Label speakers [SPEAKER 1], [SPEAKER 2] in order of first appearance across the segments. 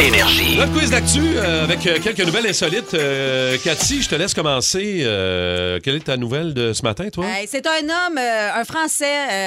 [SPEAKER 1] Énergie.
[SPEAKER 2] Notre quiz d'actu euh, avec euh, quelques nouvelles insolites. Euh, Cathy, je te laisse commencer. Euh, quelle est ta nouvelle de ce matin, toi?
[SPEAKER 3] Hey, c'est un homme, euh, un Français,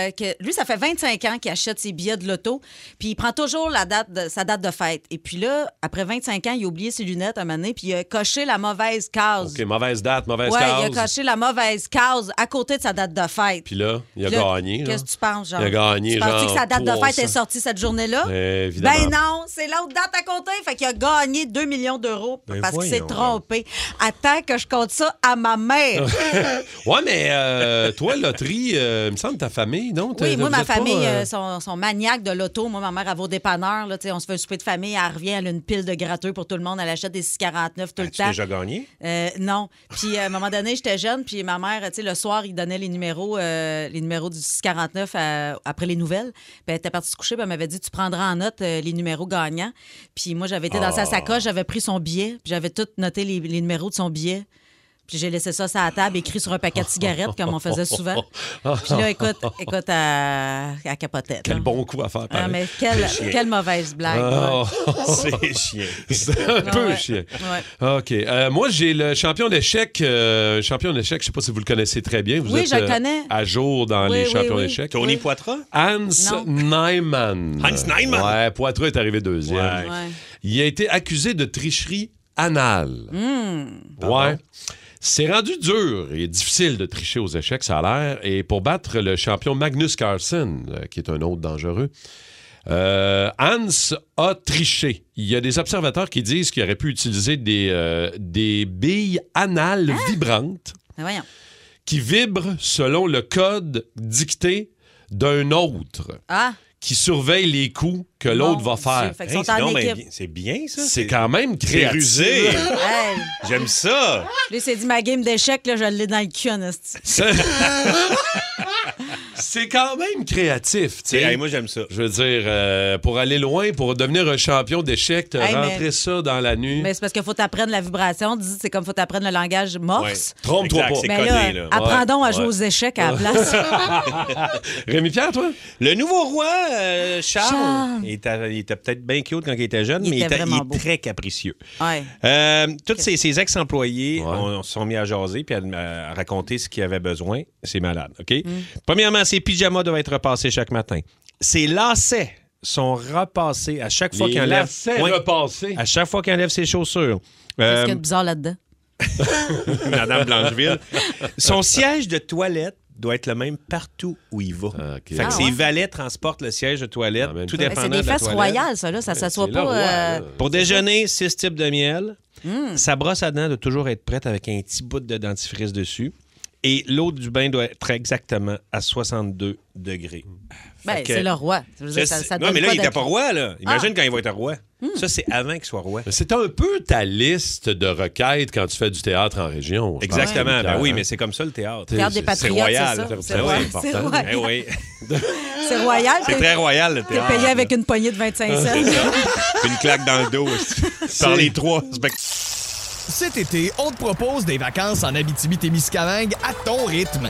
[SPEAKER 3] euh, que lui, ça fait 25 ans qu'il achète ses billets de loto, puis il prend toujours la date de- sa date de fête. Et puis là, après 25 ans, il a oublié ses lunettes un moment donné, puis il a coché la mauvaise case.
[SPEAKER 2] OK, mauvaise date, mauvaise
[SPEAKER 3] ouais,
[SPEAKER 2] case.
[SPEAKER 3] il a coché la mauvaise case à côté de sa date de fête.
[SPEAKER 2] Puis là, il a
[SPEAKER 3] Là,
[SPEAKER 2] gagné.
[SPEAKER 3] Qu'est-ce
[SPEAKER 2] genre.
[SPEAKER 3] que tu penses, genre?
[SPEAKER 2] Il a gagné,
[SPEAKER 3] tu penses
[SPEAKER 2] genre,
[SPEAKER 3] que sa date de
[SPEAKER 2] 300.
[SPEAKER 3] fête est sortie cette journée-là?
[SPEAKER 2] Évidemment.
[SPEAKER 3] Ben non, c'est l'autre date à compter. Fait qu'il a gagné 2 millions d'euros
[SPEAKER 2] Ben
[SPEAKER 3] parce qu'il s'est
[SPEAKER 2] voyons
[SPEAKER 3] trompé. Attends que je compte ça à ma mère.
[SPEAKER 2] Ouais, mais euh, toi, loterie, euh, il me semble ta famille, non? T'as-
[SPEAKER 3] Oui, moi,
[SPEAKER 2] vous
[SPEAKER 3] ma
[SPEAKER 2] êtes pas,
[SPEAKER 3] famille,
[SPEAKER 2] euh,
[SPEAKER 3] euh, sont, sont maniaques de l'auto. Moi, ma mère, elle va au dépanneur. Là, tu sais, on se fait un souper de famille, elle revient, elle a une pile de gratteux pour tout le monde. Elle achète des 6,49
[SPEAKER 2] Ah,
[SPEAKER 3] tout le
[SPEAKER 4] As-tu
[SPEAKER 3] temps.
[SPEAKER 4] déjà gagné?
[SPEAKER 3] Euh, non. Puis, euh, à un moment donné, j'étais jeune, puis ma mère, tu sais, le soir, il donnait les numéros, euh, les numéros du 649 à- après les nouvelles. Puis, elle était partie se coucher, puis elle m'avait dit Tu prendras en note euh, les numéros gagnants. Puis, moi, j'avais été dans
[SPEAKER 2] Ah.
[SPEAKER 3] sa sacoche, j'avais pris son billet, puis j'avais tout noté les, les numéros de son billet. Puis, j'ai laissé ça sur la table, écrit sur un paquet de cigarettes, comme on faisait souvent. Puis là, écoute, écoute, à, à capoter.
[SPEAKER 2] Quel bon coup à faire,
[SPEAKER 3] Ah,
[SPEAKER 2] pareil.
[SPEAKER 3] mais quelle, quelle mauvaise blague. ouais.
[SPEAKER 2] Oh,
[SPEAKER 4] C'est chiant.
[SPEAKER 2] c'est un peu
[SPEAKER 3] ouais.
[SPEAKER 2] chiant.
[SPEAKER 3] Ouais.
[SPEAKER 2] OK. Euh, moi, j'ai le champion d'échecs. euh, champion d'échecs, je sais pas si vous le connaissez très bien. Vous
[SPEAKER 3] Oui,
[SPEAKER 2] êtes,
[SPEAKER 3] je le
[SPEAKER 2] euh,
[SPEAKER 3] connais.
[SPEAKER 2] à jour dans
[SPEAKER 3] Oui,
[SPEAKER 2] les
[SPEAKER 3] oui,
[SPEAKER 2] champions
[SPEAKER 3] oui.
[SPEAKER 2] d'échecs.
[SPEAKER 4] Tony Poitras?
[SPEAKER 2] Hans
[SPEAKER 3] Non.
[SPEAKER 2] Neumann.
[SPEAKER 4] Hans Neumann?
[SPEAKER 2] Ouais, Poitras est arrivé deuxième.
[SPEAKER 4] Ouais.
[SPEAKER 3] Ouais.
[SPEAKER 2] Il a été accusé de tricherie anale.
[SPEAKER 3] Mmh. Hmm.
[SPEAKER 2] Ouais. C'est rendu dur et difficile de tricher aux échecs, ça a l'air. Et pour battre le champion Magnus Carlsen, euh, qui est un autre dangereux, euh, Hans a triché. Il y a des observateurs qui disent qu'il aurait pu utiliser des, euh, des billes anales
[SPEAKER 3] Ah!
[SPEAKER 2] vibrantes
[SPEAKER 3] Mais voyons.
[SPEAKER 2] qui vibrent selon le code dicté d'un autre
[SPEAKER 3] Ah,
[SPEAKER 2] qui surveille les coups que
[SPEAKER 3] Mon
[SPEAKER 2] l'autre va
[SPEAKER 3] Dieu.
[SPEAKER 2] faire. Hein,
[SPEAKER 3] Fait qu'ils
[SPEAKER 4] Hey,
[SPEAKER 3] sont en
[SPEAKER 4] c'est donc ben
[SPEAKER 3] équipe.
[SPEAKER 4] bien- C'est bien, ça?
[SPEAKER 2] C'est quand même
[SPEAKER 4] C'est
[SPEAKER 2] créatif.
[SPEAKER 4] rusé.
[SPEAKER 3] hey.
[SPEAKER 4] J'aime ça.
[SPEAKER 3] Lui, c'est dit ma game d'échecs, là, je l'ai dans le cul, en esti.
[SPEAKER 2] C'est C'est quand même créatif, tu sais.
[SPEAKER 4] C'est- hey, moi, j'aime ça.
[SPEAKER 2] Je veux dire, euh, pour aller loin, pour devenir un champion d'échecs, te
[SPEAKER 3] Hey, mais-
[SPEAKER 2] rentrer ça dans la
[SPEAKER 4] Mm.
[SPEAKER 2] nuit.
[SPEAKER 3] Mais c'est parce qu'il faut t'apprendre la vibration. Dis, c'est comme faut t'apprendre le langage morse.
[SPEAKER 2] Trompe-toi
[SPEAKER 4] Exact,
[SPEAKER 2] pas.
[SPEAKER 4] c'est
[SPEAKER 3] Mais
[SPEAKER 4] codé,
[SPEAKER 3] là,
[SPEAKER 4] là.
[SPEAKER 3] apprends donc à jouer
[SPEAKER 4] Ouais.
[SPEAKER 3] aux échecs à la place.
[SPEAKER 2] Rémi-Pierre, toi?
[SPEAKER 4] Le nouveau roi, euh, Charles,
[SPEAKER 3] Charles.
[SPEAKER 4] Il, était, il était peut-être bien cute quand il était jeune,
[SPEAKER 3] Il
[SPEAKER 4] mais
[SPEAKER 3] était
[SPEAKER 4] il, était,
[SPEAKER 3] vraiment
[SPEAKER 4] il est
[SPEAKER 3] beau.
[SPEAKER 4] très capricieux.
[SPEAKER 3] Ouais.
[SPEAKER 4] Euh, tous ses, ses ex-employés ont- se sont mis à jaser puis à, à raconter ce qu'ils avaient besoin. C'est malade, OK?
[SPEAKER 3] Mm.
[SPEAKER 4] Premièrement, ses pyjamas doivent être repassés chaque matin. Ses lacets sont repassés à chaque fois
[SPEAKER 2] Les
[SPEAKER 4] qu'il enlève...
[SPEAKER 2] lacets
[SPEAKER 4] Ouais.
[SPEAKER 2] repassés.
[SPEAKER 4] À chaque fois qu'il enlève ses chaussures.
[SPEAKER 3] Qu'est-ce
[SPEAKER 4] Euh,
[SPEAKER 3] qu'il y a de bizarre là-dedans?
[SPEAKER 4] Madame Blancheville. Son siège de toilette doit être le même partout où il va.
[SPEAKER 2] Ah, ok.
[SPEAKER 4] Fait que
[SPEAKER 3] Ah,
[SPEAKER 4] ses
[SPEAKER 3] ouais.
[SPEAKER 4] valets transportent le siège de toilette,
[SPEAKER 2] Ah, mais
[SPEAKER 4] tout
[SPEAKER 2] une fois-
[SPEAKER 3] Ben,
[SPEAKER 4] dépendant
[SPEAKER 3] c'est des
[SPEAKER 4] de la
[SPEAKER 3] fesses
[SPEAKER 4] toilette. Ben,
[SPEAKER 3] royales, ça, là. Ça s'assoit
[SPEAKER 2] C'est
[SPEAKER 3] pas.
[SPEAKER 2] le roi,
[SPEAKER 3] euh, Hum.
[SPEAKER 2] là.
[SPEAKER 4] Pour déjeuner, six types de miel. Sa brosse à dents doit toujours être prête avec un petit bout de dentifrice dessus. Et l'eau du bain doit être exactement à 62 degrés.
[SPEAKER 3] Ben,
[SPEAKER 4] Fait que-
[SPEAKER 3] c'est le roi. Je veux dire,
[SPEAKER 4] Ça,
[SPEAKER 3] ça-
[SPEAKER 4] c'est-
[SPEAKER 3] ça
[SPEAKER 4] non,
[SPEAKER 3] donne
[SPEAKER 4] mais là,
[SPEAKER 3] pas Ah,
[SPEAKER 4] il
[SPEAKER 3] de-
[SPEAKER 4] n'était pas roi, là. Imagine quand il va être roi. Hmm. Ça, c'est avant qu'il soit roi.
[SPEAKER 2] C'est un peu ta liste de requêtes quand tu fais du théâtre en région. je pense,
[SPEAKER 4] Exactement.
[SPEAKER 2] Rémi-Pierre,
[SPEAKER 4] Ben oui,
[SPEAKER 2] hein?
[SPEAKER 4] mais c'est comme ça le théâtre.
[SPEAKER 3] Théâtre des
[SPEAKER 2] c'est
[SPEAKER 3] patriotes,
[SPEAKER 4] royal,
[SPEAKER 3] c'est ça.
[SPEAKER 2] c'est
[SPEAKER 3] C'est
[SPEAKER 2] royal,
[SPEAKER 3] royal.
[SPEAKER 2] important.
[SPEAKER 3] C'est
[SPEAKER 4] Ben
[SPEAKER 3] royal.
[SPEAKER 4] oui.
[SPEAKER 3] C'est royal.
[SPEAKER 4] C'est
[SPEAKER 3] T'es-
[SPEAKER 4] très royal, le
[SPEAKER 3] T'es
[SPEAKER 4] théâtre. Ah,
[SPEAKER 3] payé avec une poignée de 25 cents.
[SPEAKER 4] Puis une claque dans le dos. aussi. Par les trois. spectacles.
[SPEAKER 5] Cet été, on te propose des vacances en Abitibi-Témiscamingue à ton rythme.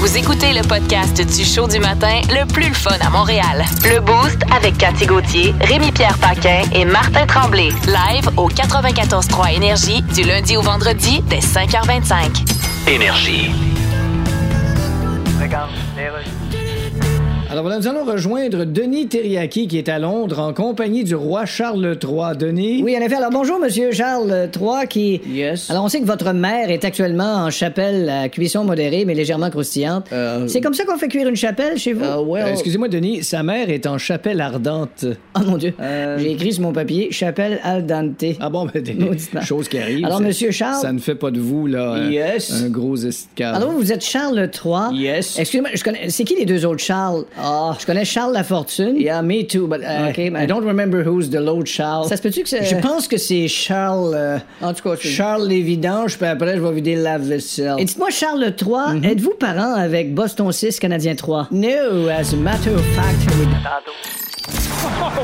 [SPEAKER 6] Vous écoutez le podcast du show du matin le plus le fun à Montréal. Le Boost avec Cathy Gauthier, Rémi-Pierre Paquin et Martin Tremblay. Live au 94.3 Énergie du lundi au vendredi dès 5h25.
[SPEAKER 1] Énergie.
[SPEAKER 7] Alors voilà, nous allons rejoindre Denis Terriaki qui est à Londres en compagnie du roi Charles III. Denis.
[SPEAKER 8] Oui, en effet. Alors bonjour, Monsieur Charles III, qui. Alors on sait que votre mère est actuellement en chapelle à cuisson modérée mais légèrement croustillante.
[SPEAKER 6] Euh,
[SPEAKER 8] C'est comme ça qu'on fait cuire une chapelle chez vous
[SPEAKER 7] Euh, Excusez-moi, Denis, sa mère est en chapelle ardente.
[SPEAKER 8] Oh mon Dieu. J'ai écrit sur mon papier chapelle al dente.
[SPEAKER 7] Ah bon, ben, Denis,
[SPEAKER 8] Maudit.
[SPEAKER 7] chose qui arrive.
[SPEAKER 8] Alors,
[SPEAKER 7] ça-
[SPEAKER 8] Monsieur Charles-
[SPEAKER 7] Ça ne fait pas de vous, là, un-
[SPEAKER 8] Yes.
[SPEAKER 7] un gros escarpe.
[SPEAKER 8] Alors vous êtes Charles III.
[SPEAKER 7] Ah. Yes.
[SPEAKER 8] Excusez-moi, je connais. C'est qui les deux autres Charles Ah. Je connais Charles La Fortune.
[SPEAKER 7] Yeah, me too, but uh,
[SPEAKER 8] Okay, man.
[SPEAKER 7] I don't remember who's the Lord Charles.
[SPEAKER 8] Ça se peut-tu que c'est-
[SPEAKER 7] Je pense que c'est Charles... euh,
[SPEAKER 8] En tout cas, c'est-
[SPEAKER 7] Charles les vidanges, puis après, je vais vider la vaisselle.
[SPEAKER 8] Et dites-moi, Charles III, êtes-vous parent avec Boston 6, Canadien 3?
[SPEAKER 7] No, as a matter of fact, we
[SPEAKER 9] Oh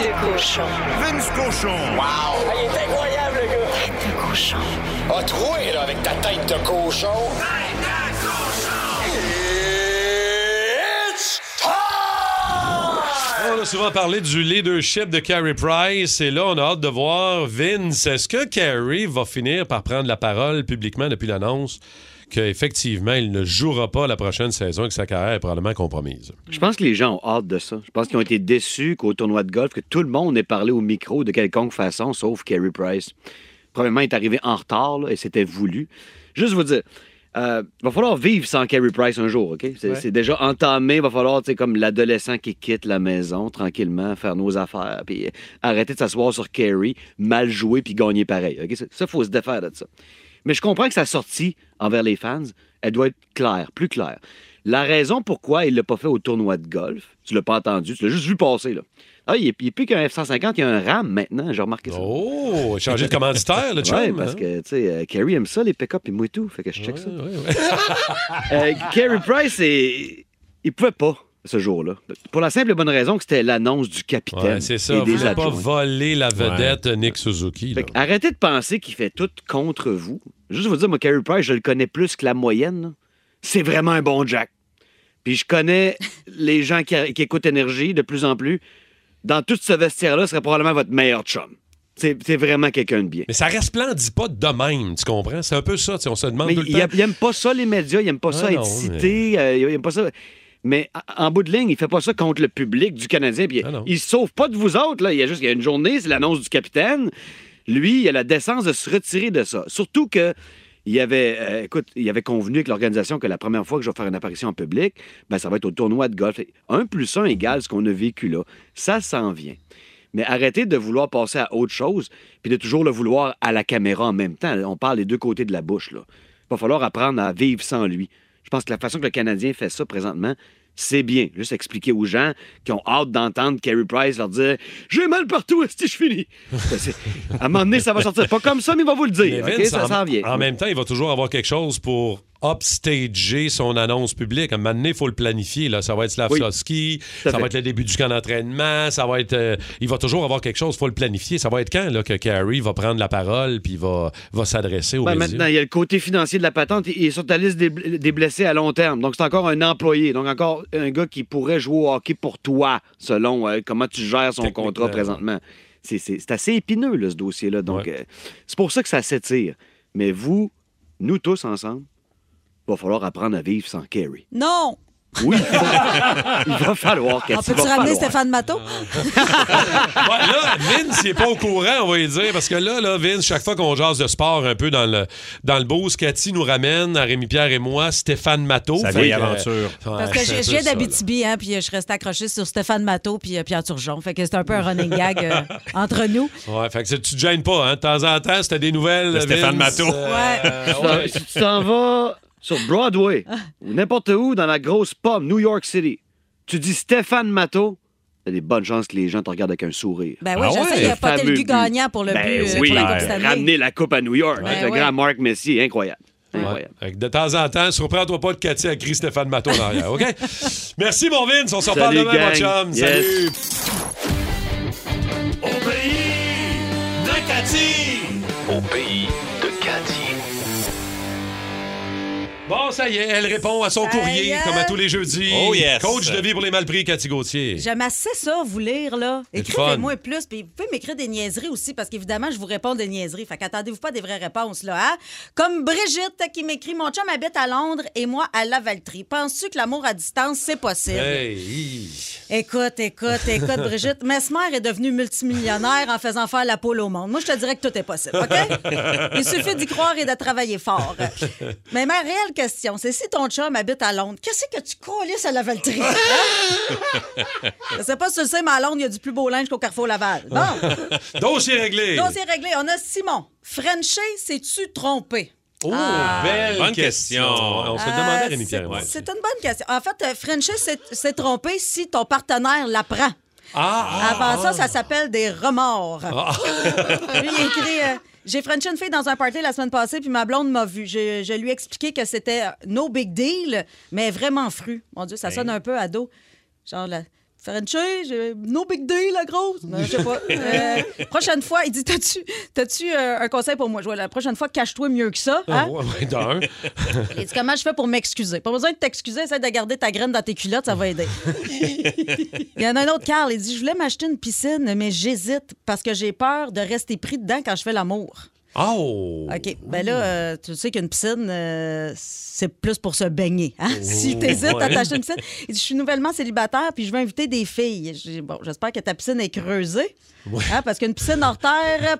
[SPEAKER 9] Vince Cochon. Wow! Ah, il est incroyable, le gars! Tête de cochon. A troué, là, avec ta tête de cochon. Tête de cochon! It's time!
[SPEAKER 2] On a souvent parlé du leadership de Carey Price et là, on a hâte de voir Vince. Est-ce que Carey va finir par prendre la parole publiquement depuis l'annonce qu'effectivement, il ne jouera pas la prochaine saison et que sa carrière est probablement compromise?
[SPEAKER 10] Je pense que les gens ont hâte de ça. Je pense qu'ils ont été déçus qu'au tournoi de golf, que tout le monde ait parlé au micro de quelconque façon, sauf Carey Price. Probablement, il est arrivé en retard là, et c'était voulu. Juste vous dire, euh, il va falloir vivre sans Carey Price un jour, OK? C'est c'est déjà entamé. Il va falloir, tu sais, comme l'adolescent qui quitte la maison tranquillement, faire nos affaires, puis euh, arrêter de s'asseoir sur Carey, mal jouer, puis gagner pareil. OK? Ça, il faut se défaire de ça. Mais je comprends que sa sortie envers les fans, elle doit être claire, plus claire. La raison pourquoi il l'a pas fait au tournoi de golf, tu l'as pas entendu, tu l'as juste vu passer. Là. Ah, il n'est plus qu'un F-150, il y a un RAM maintenant, j'ai remarqué ça.
[SPEAKER 2] Oh, changer de commanditaire, le chum. hein?
[SPEAKER 10] Ouais, parce que, tu sais, euh, Carey aime ça, les pick-up et moi tout, fait que je check ça. Euh, Carey Price, est- il pouvait pas ce jour-là. Pour la simple et bonne raison que c'était l'annonce du capitaine
[SPEAKER 2] Ouais, c'est ça.
[SPEAKER 10] et
[SPEAKER 2] Vous
[SPEAKER 10] des
[SPEAKER 2] voulez pas
[SPEAKER 10] adjoints.
[SPEAKER 2] voler la vedette Nick Suzuki. là.
[SPEAKER 10] Fait que arrêtez de penser qu'il fait tout contre vous. Juste vous dire, moi, Carey Price, je le connais plus que la moyenne. là. C'est vraiment un bon Jack. Puis je connais les gens qui, qui écoutent Énergie de plus en plus. Dans tout ce vestiaire-là, ce serait probablement votre meilleur chum. C'est c'est vraiment quelqu'un de bien.
[SPEAKER 2] Mais ça resplendit pas de même, tu comprends? C'est un peu ça. tu sais, On se demande
[SPEAKER 10] Mais
[SPEAKER 2] tout le
[SPEAKER 10] il
[SPEAKER 2] temps.
[SPEAKER 10] aime, il aime pas ça, les médias. Il aime pas
[SPEAKER 2] Ah
[SPEAKER 10] ça
[SPEAKER 2] non,
[SPEAKER 10] être cité. euh, il aime pas ça. Mais en- en bout de ligne, il fait pas ça contre le public du Canadien. Puis
[SPEAKER 2] Ah non.
[SPEAKER 10] il se sauve pas de vous autres. Là. Il y a juste il y a une journée, c'est l'annonce du capitaine. Lui, il a la décence de se retirer de ça. Surtout que. Il avait, euh, écoute, il avait convenu avec l'organisation que la première fois que je vais faire une apparition en public, ben, ça va être au tournoi de golf. 1 plus 1 égale ce qu'on a vécu là. Ça s'en vient. Mais arrêtez de vouloir passer à autre chose, puis de toujours le vouloir à la caméra en même temps. On parle des deux côtés de la bouche, là. Il va falloir apprendre à vivre sans lui. Je pense que la façon que le Canadien fait ça présentement, c'est bien. Juste expliquer aux gens qui ont hâte d'entendre Carey Price leur dire « J'ai mal partout, est-ce que je finis? » Ça, c'est- À un moment donné, ça va sortir. Pas comme ça, mais il va vous le
[SPEAKER 2] Mais
[SPEAKER 10] dire. OK?
[SPEAKER 2] Vince,
[SPEAKER 10] Ça
[SPEAKER 2] en,
[SPEAKER 10] s'en vient.
[SPEAKER 2] en même temps, il va toujours avoir quelque chose pour upstager son annonce publique. À un moment donné, il faut le planifier. Là. Ça va être Slavkovski,
[SPEAKER 10] Tout à
[SPEAKER 2] ça
[SPEAKER 10] fait.
[SPEAKER 2] va être le début du camp d'entraînement, ça va être... euh, il va toujours avoir quelque chose, il faut le planifier. Ça va être quand là, que Carey va prendre la parole puis va, va s'adresser aux
[SPEAKER 10] Ben,
[SPEAKER 2] médias?
[SPEAKER 10] maintenant, il y a le côté financier de la patente. Il est sur ta liste des, bl- des blessés à long terme. Donc, c'est encore un employé. Donc, encore un gars qui pourrait jouer au hockey pour toi, selon euh, comment tu gères son
[SPEAKER 2] Techniquement,
[SPEAKER 10] contrat présentement. C'est- C'est c'est assez épineux, là, ce dossier-là. Donc, euh, c'est pour ça que ça s'étire. Mais vous, nous tous ensemble, va falloir apprendre à vivre sans Kerry.
[SPEAKER 3] Non!
[SPEAKER 10] Oui, il va- il va falloir qu'elle
[SPEAKER 3] On peut-tu ramener Stéphane Matteau?
[SPEAKER 2] Ouais, là, Ah, Vince, il est pas au courant, on va lui dire. Parce que là, là, Vince, chaque fois qu'on jase de sport un peu dans le, dans le boost, Cathy nous ramène à Rémi-Pierre et moi, Stéphane Matteau.
[SPEAKER 4] Sa
[SPEAKER 2] Fait
[SPEAKER 4] vieille
[SPEAKER 2] que, euh,
[SPEAKER 4] aventure.
[SPEAKER 3] Parce
[SPEAKER 2] ouais,
[SPEAKER 3] que
[SPEAKER 2] c'est
[SPEAKER 3] je
[SPEAKER 2] un
[SPEAKER 3] je
[SPEAKER 2] peu
[SPEAKER 3] viens
[SPEAKER 2] ça, là.
[SPEAKER 3] d'Abitibi, hein, puis euh, je restais accroché sur Stéphane Matteau puis euh, Pierre Turgeon. Fait que c'est un peu un running gag euh, entre nous.
[SPEAKER 2] Ouais, fait que tu te gênes pas, hein. De temps en temps, c'était des nouvelles.
[SPEAKER 4] De Stéphane
[SPEAKER 2] Vince, euh,
[SPEAKER 4] Matteau.
[SPEAKER 3] Ouais.
[SPEAKER 2] ouais.
[SPEAKER 10] Si tu t'en vas sur Broadway ou n'importe où dans la grosse pomme, New York City, tu dis Stéphane Matteau, t'as des bonnes chances que les gens te regardent avec un sourire.
[SPEAKER 3] Ben oui,
[SPEAKER 2] Ah
[SPEAKER 3] je
[SPEAKER 2] ouais,
[SPEAKER 3] sais, il a pas
[SPEAKER 10] fameux
[SPEAKER 3] le but
[SPEAKER 10] but.
[SPEAKER 3] gagnant pour le
[SPEAKER 10] Ben
[SPEAKER 3] but euh,
[SPEAKER 10] oui,
[SPEAKER 3] pour la Coupe Stanley.
[SPEAKER 10] ramener la coupe à New York avec le
[SPEAKER 3] ouais.
[SPEAKER 10] grand Marc Messier,
[SPEAKER 2] hein.
[SPEAKER 10] incroyable. Incroyable.
[SPEAKER 2] Fait que de temps en temps, surprends-toi pas de Cathy à crie Stéphane Matteau en arrière, OK? Merci, mon Vince. On s'en
[SPEAKER 10] Salut,
[SPEAKER 2] parle demain, mon
[SPEAKER 10] gang.
[SPEAKER 2] chum.
[SPEAKER 10] Yes.
[SPEAKER 2] Salut.
[SPEAKER 9] Au pays de Cathy.
[SPEAKER 2] Bon, Ça y est, elle répond à son
[SPEAKER 3] Ça y
[SPEAKER 2] courrier,
[SPEAKER 3] est.
[SPEAKER 2] comme à tous les jeudis.
[SPEAKER 4] Oh, yes.
[SPEAKER 2] Coach de vie pour les mal pris, Cathy Gauthier.
[SPEAKER 3] J'aime assez ça, vous lire, là.
[SPEAKER 2] C'est le
[SPEAKER 3] Écrivez-moi
[SPEAKER 2] fun.
[SPEAKER 3] plus, puis vous pouvez m'écrire des niaiseries aussi, parce qu'évidemment, je vous réponds des niaiseries. Fait qu'attendez-vous pas des vraies réponses, là, hein? Comme Brigitte qui m'écrit Mon chum habite à Londres et moi à Lavaltrie. Penses-tu que l'amour à distance, c'est possible?
[SPEAKER 2] Hey,
[SPEAKER 3] Écoute, écoute, écoute, Brigitte. Mesmer est devenu multimillionnaire en faisant faire la poule au monde. Moi, je te dirais que tout est possible, OK? Il suffit d'y croire et de travailler fort.
[SPEAKER 2] Ah,
[SPEAKER 3] Mais ma réelle question, c'est si ton chum habite à Londres, qu'est-ce que tu colles à Lavaltrie? Je sais pas si tu le sais, mais à Londres, il y a du plus beau linge qu'au Carrefour Laval.
[SPEAKER 2] Ah.
[SPEAKER 3] Bon,
[SPEAKER 2] Dossier réglé.
[SPEAKER 3] donc c'est réglé. On a Simon. Frenché, sais-tu trompé?
[SPEAKER 2] Oh,
[SPEAKER 3] Ah.
[SPEAKER 2] belle
[SPEAKER 4] Bonne
[SPEAKER 2] question.
[SPEAKER 4] question.
[SPEAKER 2] On se le
[SPEAKER 3] Euh,
[SPEAKER 2] demandait à Rémi
[SPEAKER 3] c'est-
[SPEAKER 2] Pierre. hein. ouais.
[SPEAKER 3] C'est une bonne question. En fait, euh, Frenchie s'est- s'est trompé si ton partenaire l'apprend.
[SPEAKER 2] Ah, ah,
[SPEAKER 3] Avant ça, ça s'appelle des remords. Lui, il écrit euh, J'ai frenché une fille dans un party la semaine passée, puis ma blonde m'a vu. Je, je lui ai expliqué que c'était euh, no big deal, mais vraiment fru. Mon Dieu,
[SPEAKER 2] Ben.
[SPEAKER 3] ça sonne un peu ado. Genre, la. Frenché, j'ai- no big deal, la grosse. Non, je sais pas. Euh, prochaine fois, il dit T'as-tu t'as-tu, euh, un conseil pour moi Je vois, La prochaine fois, cache-toi mieux que ça. hein?
[SPEAKER 2] Ah, ouais, ouais, d'un.
[SPEAKER 3] Il dit comment je fais pour m'excuser. Pas besoin de t'excuser, essaie de garder ta graine dans tes culottes, ça va aider. il y en a un autre, Carl, il dit Je voulais m'acheter une piscine, mais j'hésite parce que j'ai peur de rester pris dedans quand je fais l'amour.
[SPEAKER 2] Oh!
[SPEAKER 3] OK. Ben là, euh, tu sais qu'une piscine, euh, c'est plus pour se baigner. hein? Si t'hésites à t'acheter une piscine. Il dit, je suis nouvellement célibataire, puis je veux inviter des filles. Je dis, bon, j'espère que ta piscine est creusée. hein, parce qu'une piscine hors terre, euh,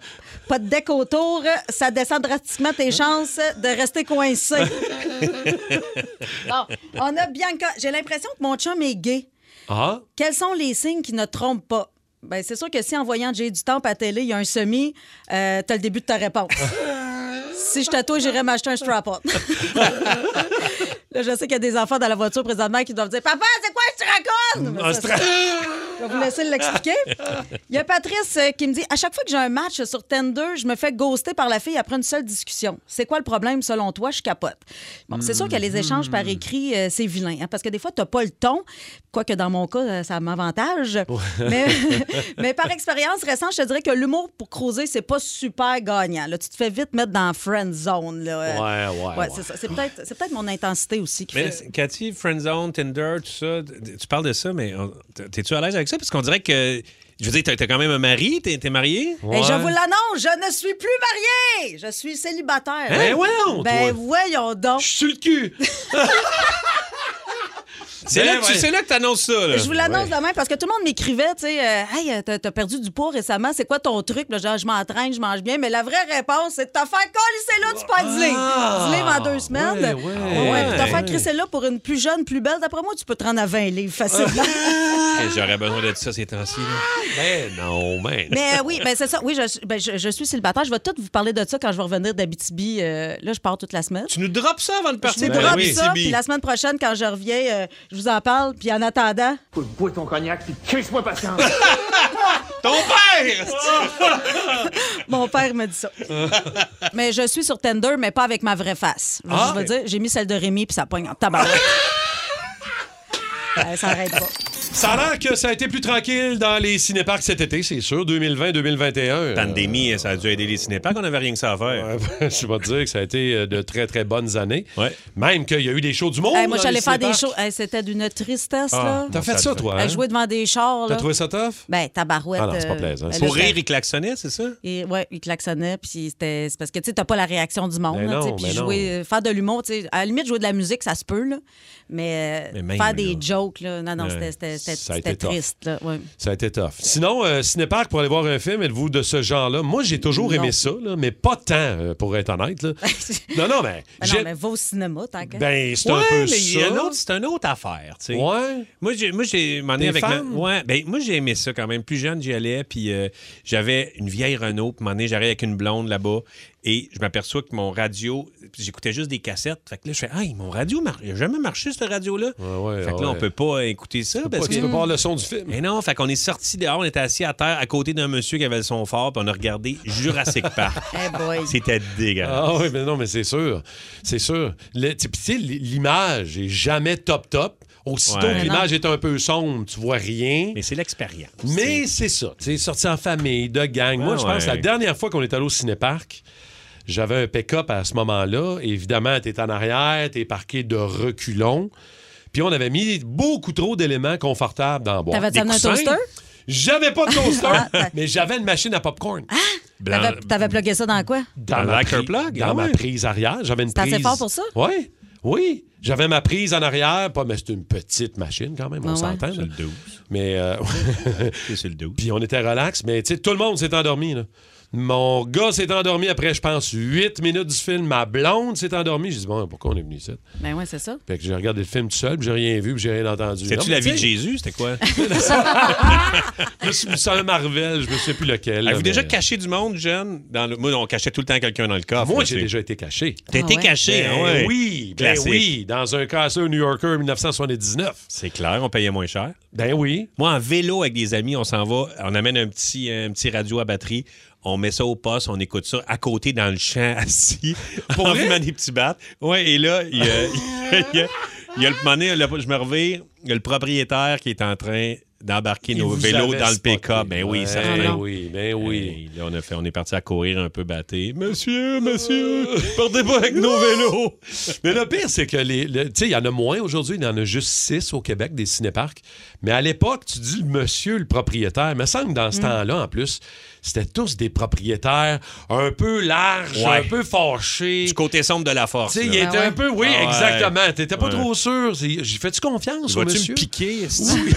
[SPEAKER 3] pas de deck autour, euh, ça descend drastiquement tes chances de rester coincé. bon, on a Bianca. J'ai l'impression que mon chum est gay.
[SPEAKER 2] Ah,
[SPEAKER 3] Quels sont les signes qui ne trompent pas? Ben, c'est sûr que si en voyant J'ai du temps à la télé, il y a un semi, euh, t'as le début de ta réponse. si je tatoue, j'irai m'acheter un strap-on. Là, je sais qu'il y a des enfants dans la voiture présentement qui doivent dire Papa, c'est quoi que tu racontes? Mais ça, c'est- Je vais vous laisser l'expliquer.
[SPEAKER 9] Ah.
[SPEAKER 3] Il y a Patrice euh, qui me dit À chaque fois que j'ai un match sur Tinder, je me fais ghoster par la fille après une seule discussion. C'est quoi le problème selon toi? Je capote. Bon, c'est sûr que les échanges
[SPEAKER 2] Hmm.
[SPEAKER 3] par écrit, euh, c'est vilain, hein, parce que des fois, tu pas le ton. Quoique dans mon cas, euh, ça m'avantage.
[SPEAKER 2] Ah.
[SPEAKER 3] Mais, mais par expérience récente, je te dirais que l'humour pour creuser, c'est pas super gagnant. Là, tu te fais vite mettre dans la friend zone. Là. Euh,
[SPEAKER 2] ouais, ouais. ouais.
[SPEAKER 3] c'est ça. C'est peut-être c'est peut-être mon intensité aussi qui fait
[SPEAKER 4] Mais
[SPEAKER 3] ça.
[SPEAKER 4] Cathy, Friendzone, Tinder, tout ça, t- tu parles de ça, mais on- t- t'es-tu à l'aise avec ça? Parce qu'on dirait que, je veux dire, t'as t'as quand même un mari, t'es t'es marié?
[SPEAKER 3] Et Ben, je vous l'annonce, je ne suis plus mariée. Je suis célibataire.
[SPEAKER 2] Ben voyons,
[SPEAKER 3] Ben
[SPEAKER 2] toi.
[SPEAKER 3] voyons donc.
[SPEAKER 2] Je suis sur le cul.
[SPEAKER 4] C'est
[SPEAKER 2] Ben
[SPEAKER 4] là, que tu-
[SPEAKER 2] ouais.
[SPEAKER 4] c'est là que t'annonces ça, là.
[SPEAKER 3] Je vous l'annonce demain parce que tout le monde m'écrivait, tu sais, euh, hey, euh, t'as t'as perdu du poids récemment, c'est quoi ton truc? Là, genre, je m'entraîne, je mange bien. Mais la vraie réponse, c'est de te faire coller là, tu peux être dîner. Dîner en deux semaines.
[SPEAKER 2] Ben ouais, Ah! ouais.
[SPEAKER 3] puis te faire crisser là pour une plus jeune, plus belle. D'après moi, tu peux te rendre à 20 livres facilement.
[SPEAKER 4] Eh, J'aurais besoin de ça ces temps-ci.
[SPEAKER 2] Ben
[SPEAKER 4] Mais non, mais.
[SPEAKER 3] Mais euh, oui, ben, c'est ça. Oui, je, ben, je, je suis célibataire. Je vais tout vous parler de ça quand je vais revenir d'Abitibi. Euh, là, je pars toute la semaine.
[SPEAKER 4] Tu nous drops ça avant de
[SPEAKER 3] Je
[SPEAKER 4] partir.
[SPEAKER 3] vous
[SPEAKER 4] Ben
[SPEAKER 3] drop
[SPEAKER 4] oui.
[SPEAKER 3] ça,
[SPEAKER 4] Tibi.
[SPEAKER 3] puis la semaine prochaine, quand je reviens, euh, je vous en parle. Puis en attendant,
[SPEAKER 9] Bois ton cognac, puis crisse-moi patience.
[SPEAKER 4] Ton père!
[SPEAKER 3] mon père me dit ça. mais je suis sur Tinder, mais pas avec ma vraie face. Je-
[SPEAKER 2] Ah.
[SPEAKER 3] je veux dire, j'ai mis celle de Rémi, puis ça pogne en tabac. ça arrête pas.
[SPEAKER 2] Ça a l'air que ça a été plus tranquille dans les cinéparcs cet été, c'est sûr, 2020-2021.
[SPEAKER 4] Pandémie, hein, ça a dû aider les cinéparcs, on n'avait rien que ça à faire.
[SPEAKER 2] Je vais te dire que ça a été euh, de très, très bonnes années.
[SPEAKER 4] Ouais.
[SPEAKER 2] Même qu'il y a eu des shows du monde.
[SPEAKER 3] Hey, moi,
[SPEAKER 2] dans
[SPEAKER 3] j'allais
[SPEAKER 2] les
[SPEAKER 3] faire des
[SPEAKER 2] cinéparcs.
[SPEAKER 3] shows. Hey, C'était d'une tristesse, là.
[SPEAKER 2] T'as fait ça, toi?
[SPEAKER 3] Hey,
[SPEAKER 2] hein?
[SPEAKER 3] Jouer devant des chars,
[SPEAKER 2] T'as
[SPEAKER 3] là.
[SPEAKER 2] trouvé ça tough?
[SPEAKER 3] Ben, tabarouette.
[SPEAKER 2] Ah non, c'est pas
[SPEAKER 3] euh,
[SPEAKER 2] plaisant.
[SPEAKER 3] ben,
[SPEAKER 2] C'est
[SPEAKER 3] là,
[SPEAKER 4] Pour rire,
[SPEAKER 3] c'était-
[SPEAKER 4] il klaxonnait, c'est ça?
[SPEAKER 3] Et ouais, il klaxonnait, puis c'était c'est parce que tu sais, t'as pas la réaction du monde.
[SPEAKER 2] Mais
[SPEAKER 3] là, tu sais,
[SPEAKER 2] Ben non,
[SPEAKER 3] puis
[SPEAKER 2] mais
[SPEAKER 3] jouer, faire de l'humour, tu sais, à la limite, jouer de la musique, ça se peut, là. Mais, euh,
[SPEAKER 4] Mais même,
[SPEAKER 3] faire des
[SPEAKER 4] là.
[SPEAKER 3] jokes, là, non, non, c'était- c'était- c'était
[SPEAKER 2] ça a
[SPEAKER 3] c'était
[SPEAKER 2] été tough.
[SPEAKER 3] triste. là, ouais. Ben
[SPEAKER 2] Ça a été tough. Sinon, euh, Cinéparc, pour aller voir un film, êtes-vous de ce genre-là? Moi, j'ai toujours aimé
[SPEAKER 3] Non.
[SPEAKER 2] ça, là, mais pas tant, euh, pour être honnête. là. non, non, mais...
[SPEAKER 3] Ben non,
[SPEAKER 2] j'ai-
[SPEAKER 3] mais va au cinéma, tant que.
[SPEAKER 2] Ben, c'est un peu ça.
[SPEAKER 4] c'est une autre affaire, tu sais.
[SPEAKER 2] Ouais.
[SPEAKER 4] Moi, j'ai, moi, j'ai, m'en
[SPEAKER 2] T'es
[SPEAKER 4] ai avec ma-
[SPEAKER 2] fan?
[SPEAKER 4] ouais, ben, moi, j'ai aimé ça quand même. Plus jeune, j'y allais, puis euh, j'avais une vieille Renault, puis m'en ai, j'arrive avec une blonde là-bas, et je m'aperçois que mon radio, puis j'écoutais juste des cassettes. Fait que là, je fais, ah, mon radio, mar- il a jamais marché, ce radio-là.
[SPEAKER 2] Ouais, ouais,
[SPEAKER 4] fait que là,
[SPEAKER 2] Ah ouais.
[SPEAKER 4] on peut pas écouter ça.
[SPEAKER 2] Parce
[SPEAKER 4] parce
[SPEAKER 2] que
[SPEAKER 4] que...
[SPEAKER 2] tu peux pas avoir le son du film.
[SPEAKER 4] Mais non, fait qu'on est sorti dehors, on était assis à terre à côté d'un monsieur qui avait le son fort, puis on a regardé Jurassic Park.
[SPEAKER 3] Eh boy.
[SPEAKER 4] C'était dégueulasse.
[SPEAKER 2] Ah oui, mais non, mais c'est sûr. C'est sûr. Le- tu puis tu sais, l- l'image est jamais top top. Aussitôt
[SPEAKER 4] Ouais.
[SPEAKER 2] que l'image est un peu sombre, tu vois rien.
[SPEAKER 4] Mais c'est l'expérience.
[SPEAKER 2] Mais c'est ça. Tu sais, sorti en famille, de gang.
[SPEAKER 4] Ouais,
[SPEAKER 2] Moi, je pense
[SPEAKER 4] ouais.
[SPEAKER 2] la dernière fois qu'on est allé au cinéparc, J'avais un pick-up à ce moment-là. Évidemment, t'es en arrière, t'es parqué de reculons. Puis on avait mis beaucoup trop d'éléments confortables dans la boîte.
[SPEAKER 3] T'avais-tu
[SPEAKER 2] Des
[SPEAKER 3] amené un
[SPEAKER 2] coussins.
[SPEAKER 3] toaster? Ah,
[SPEAKER 2] J'avais pas de toaster, mais j'avais une machine à popcorn. Blanc-
[SPEAKER 3] T'avais- T'avais plugué ça dans quoi?
[SPEAKER 2] dans ma, pri- dans
[SPEAKER 4] ah
[SPEAKER 2] ma prise arrière, j'avais une
[SPEAKER 3] C'était assez
[SPEAKER 2] prise.
[SPEAKER 3] fort pour ça?
[SPEAKER 2] Oui, oui. J'avais ma prise en arrière, pas, mais c'est une petite machine quand même,
[SPEAKER 3] Ah
[SPEAKER 2] on
[SPEAKER 3] ouais.
[SPEAKER 2] s'entend. là.
[SPEAKER 4] C'est le 12.
[SPEAKER 2] Mais. euh,
[SPEAKER 4] c'est le 12.
[SPEAKER 2] Puis on était relax, mais tu sais, tout le monde s'est endormi, là. Mon gars s'est endormi après, je pense, 8 minutes du film. Ma blonde s'est endormie. J'ai dit, bon, pourquoi on est venu ici?
[SPEAKER 3] Ben oui, c'est ça.
[SPEAKER 2] Fait que j'ai regardé le film tout seul, puis j'ai rien vu, puis j'ai rien entendu. Non,
[SPEAKER 4] C'était-tu
[SPEAKER 2] mais
[SPEAKER 4] la vie de
[SPEAKER 2] tu sais,
[SPEAKER 4] Jésus? C'était quoi?
[SPEAKER 2] je me suis mis sur un Marvel, je me sais plus lequel. là,
[SPEAKER 4] Avez-vous déjà
[SPEAKER 2] mais-
[SPEAKER 4] caché du monde, jeune? Dans le... Moi, on cachait tout le temps quelqu'un dans le coffre.
[SPEAKER 2] Moi,
[SPEAKER 4] là,
[SPEAKER 2] j'ai
[SPEAKER 4] c'est-
[SPEAKER 2] déjà été caché.
[SPEAKER 4] T'as été
[SPEAKER 3] Ah ouais?
[SPEAKER 4] caché,
[SPEAKER 2] Ben
[SPEAKER 4] hein, ouais.
[SPEAKER 2] oui, ben
[SPEAKER 4] Classique.
[SPEAKER 2] oui, dans un casseur New Yorker 1979.
[SPEAKER 4] C'est clair, on payait moins cher.
[SPEAKER 2] Ben oui.
[SPEAKER 4] Moi, en vélo avec des amis, on s'en va, on amène un petit, euh, un petit radio à batterie, on met ça au poste, on écoute ça à côté dans le champ, assis,
[SPEAKER 2] Pour
[SPEAKER 4] en
[SPEAKER 2] vrai?
[SPEAKER 4] fumant des petits battes. Ouais, et là, il y a, il y a- il y a le, moment donné, le- je me reviens, il y a le propriétaire qui est en train d'embarquer
[SPEAKER 2] Il
[SPEAKER 4] nos
[SPEAKER 2] vous
[SPEAKER 4] vélos
[SPEAKER 2] avait
[SPEAKER 4] dans le
[SPEAKER 2] spoté.
[SPEAKER 4] pick-up. Ben oui, ça
[SPEAKER 2] Ben
[SPEAKER 4] fait.
[SPEAKER 2] oui, ben oui.
[SPEAKER 4] Oui, là, on, a fait, on est parti à courir un peu batté. Monsieur, monsieur, partez pas avec nos vélos.
[SPEAKER 2] Mais le pire, c'est que les. le- tu sais, il y en a moins aujourd'hui, il y en a juste six au Québec, des cinéparcs. Mais à l'époque, tu dis le monsieur, le propriétaire. Il me semble que dans
[SPEAKER 3] Mm.
[SPEAKER 2] ce temps-là, en plus, c'était tous des propriétaires un peu larges,
[SPEAKER 4] Ouais.
[SPEAKER 2] un peu fâchés.
[SPEAKER 4] Du côté sombre de la
[SPEAKER 2] Tu
[SPEAKER 4] force.
[SPEAKER 2] sais, il
[SPEAKER 4] là.
[SPEAKER 2] était un peu. Oui,
[SPEAKER 4] Ah ouais.
[SPEAKER 2] exactement. T'étais pas
[SPEAKER 4] Ouais.
[SPEAKER 2] trop sûr. C'est- J'ai fais-tu confiance au
[SPEAKER 4] Vas-tu
[SPEAKER 2] monsieur?
[SPEAKER 4] me piquer? est-ce que-
[SPEAKER 2] Oui.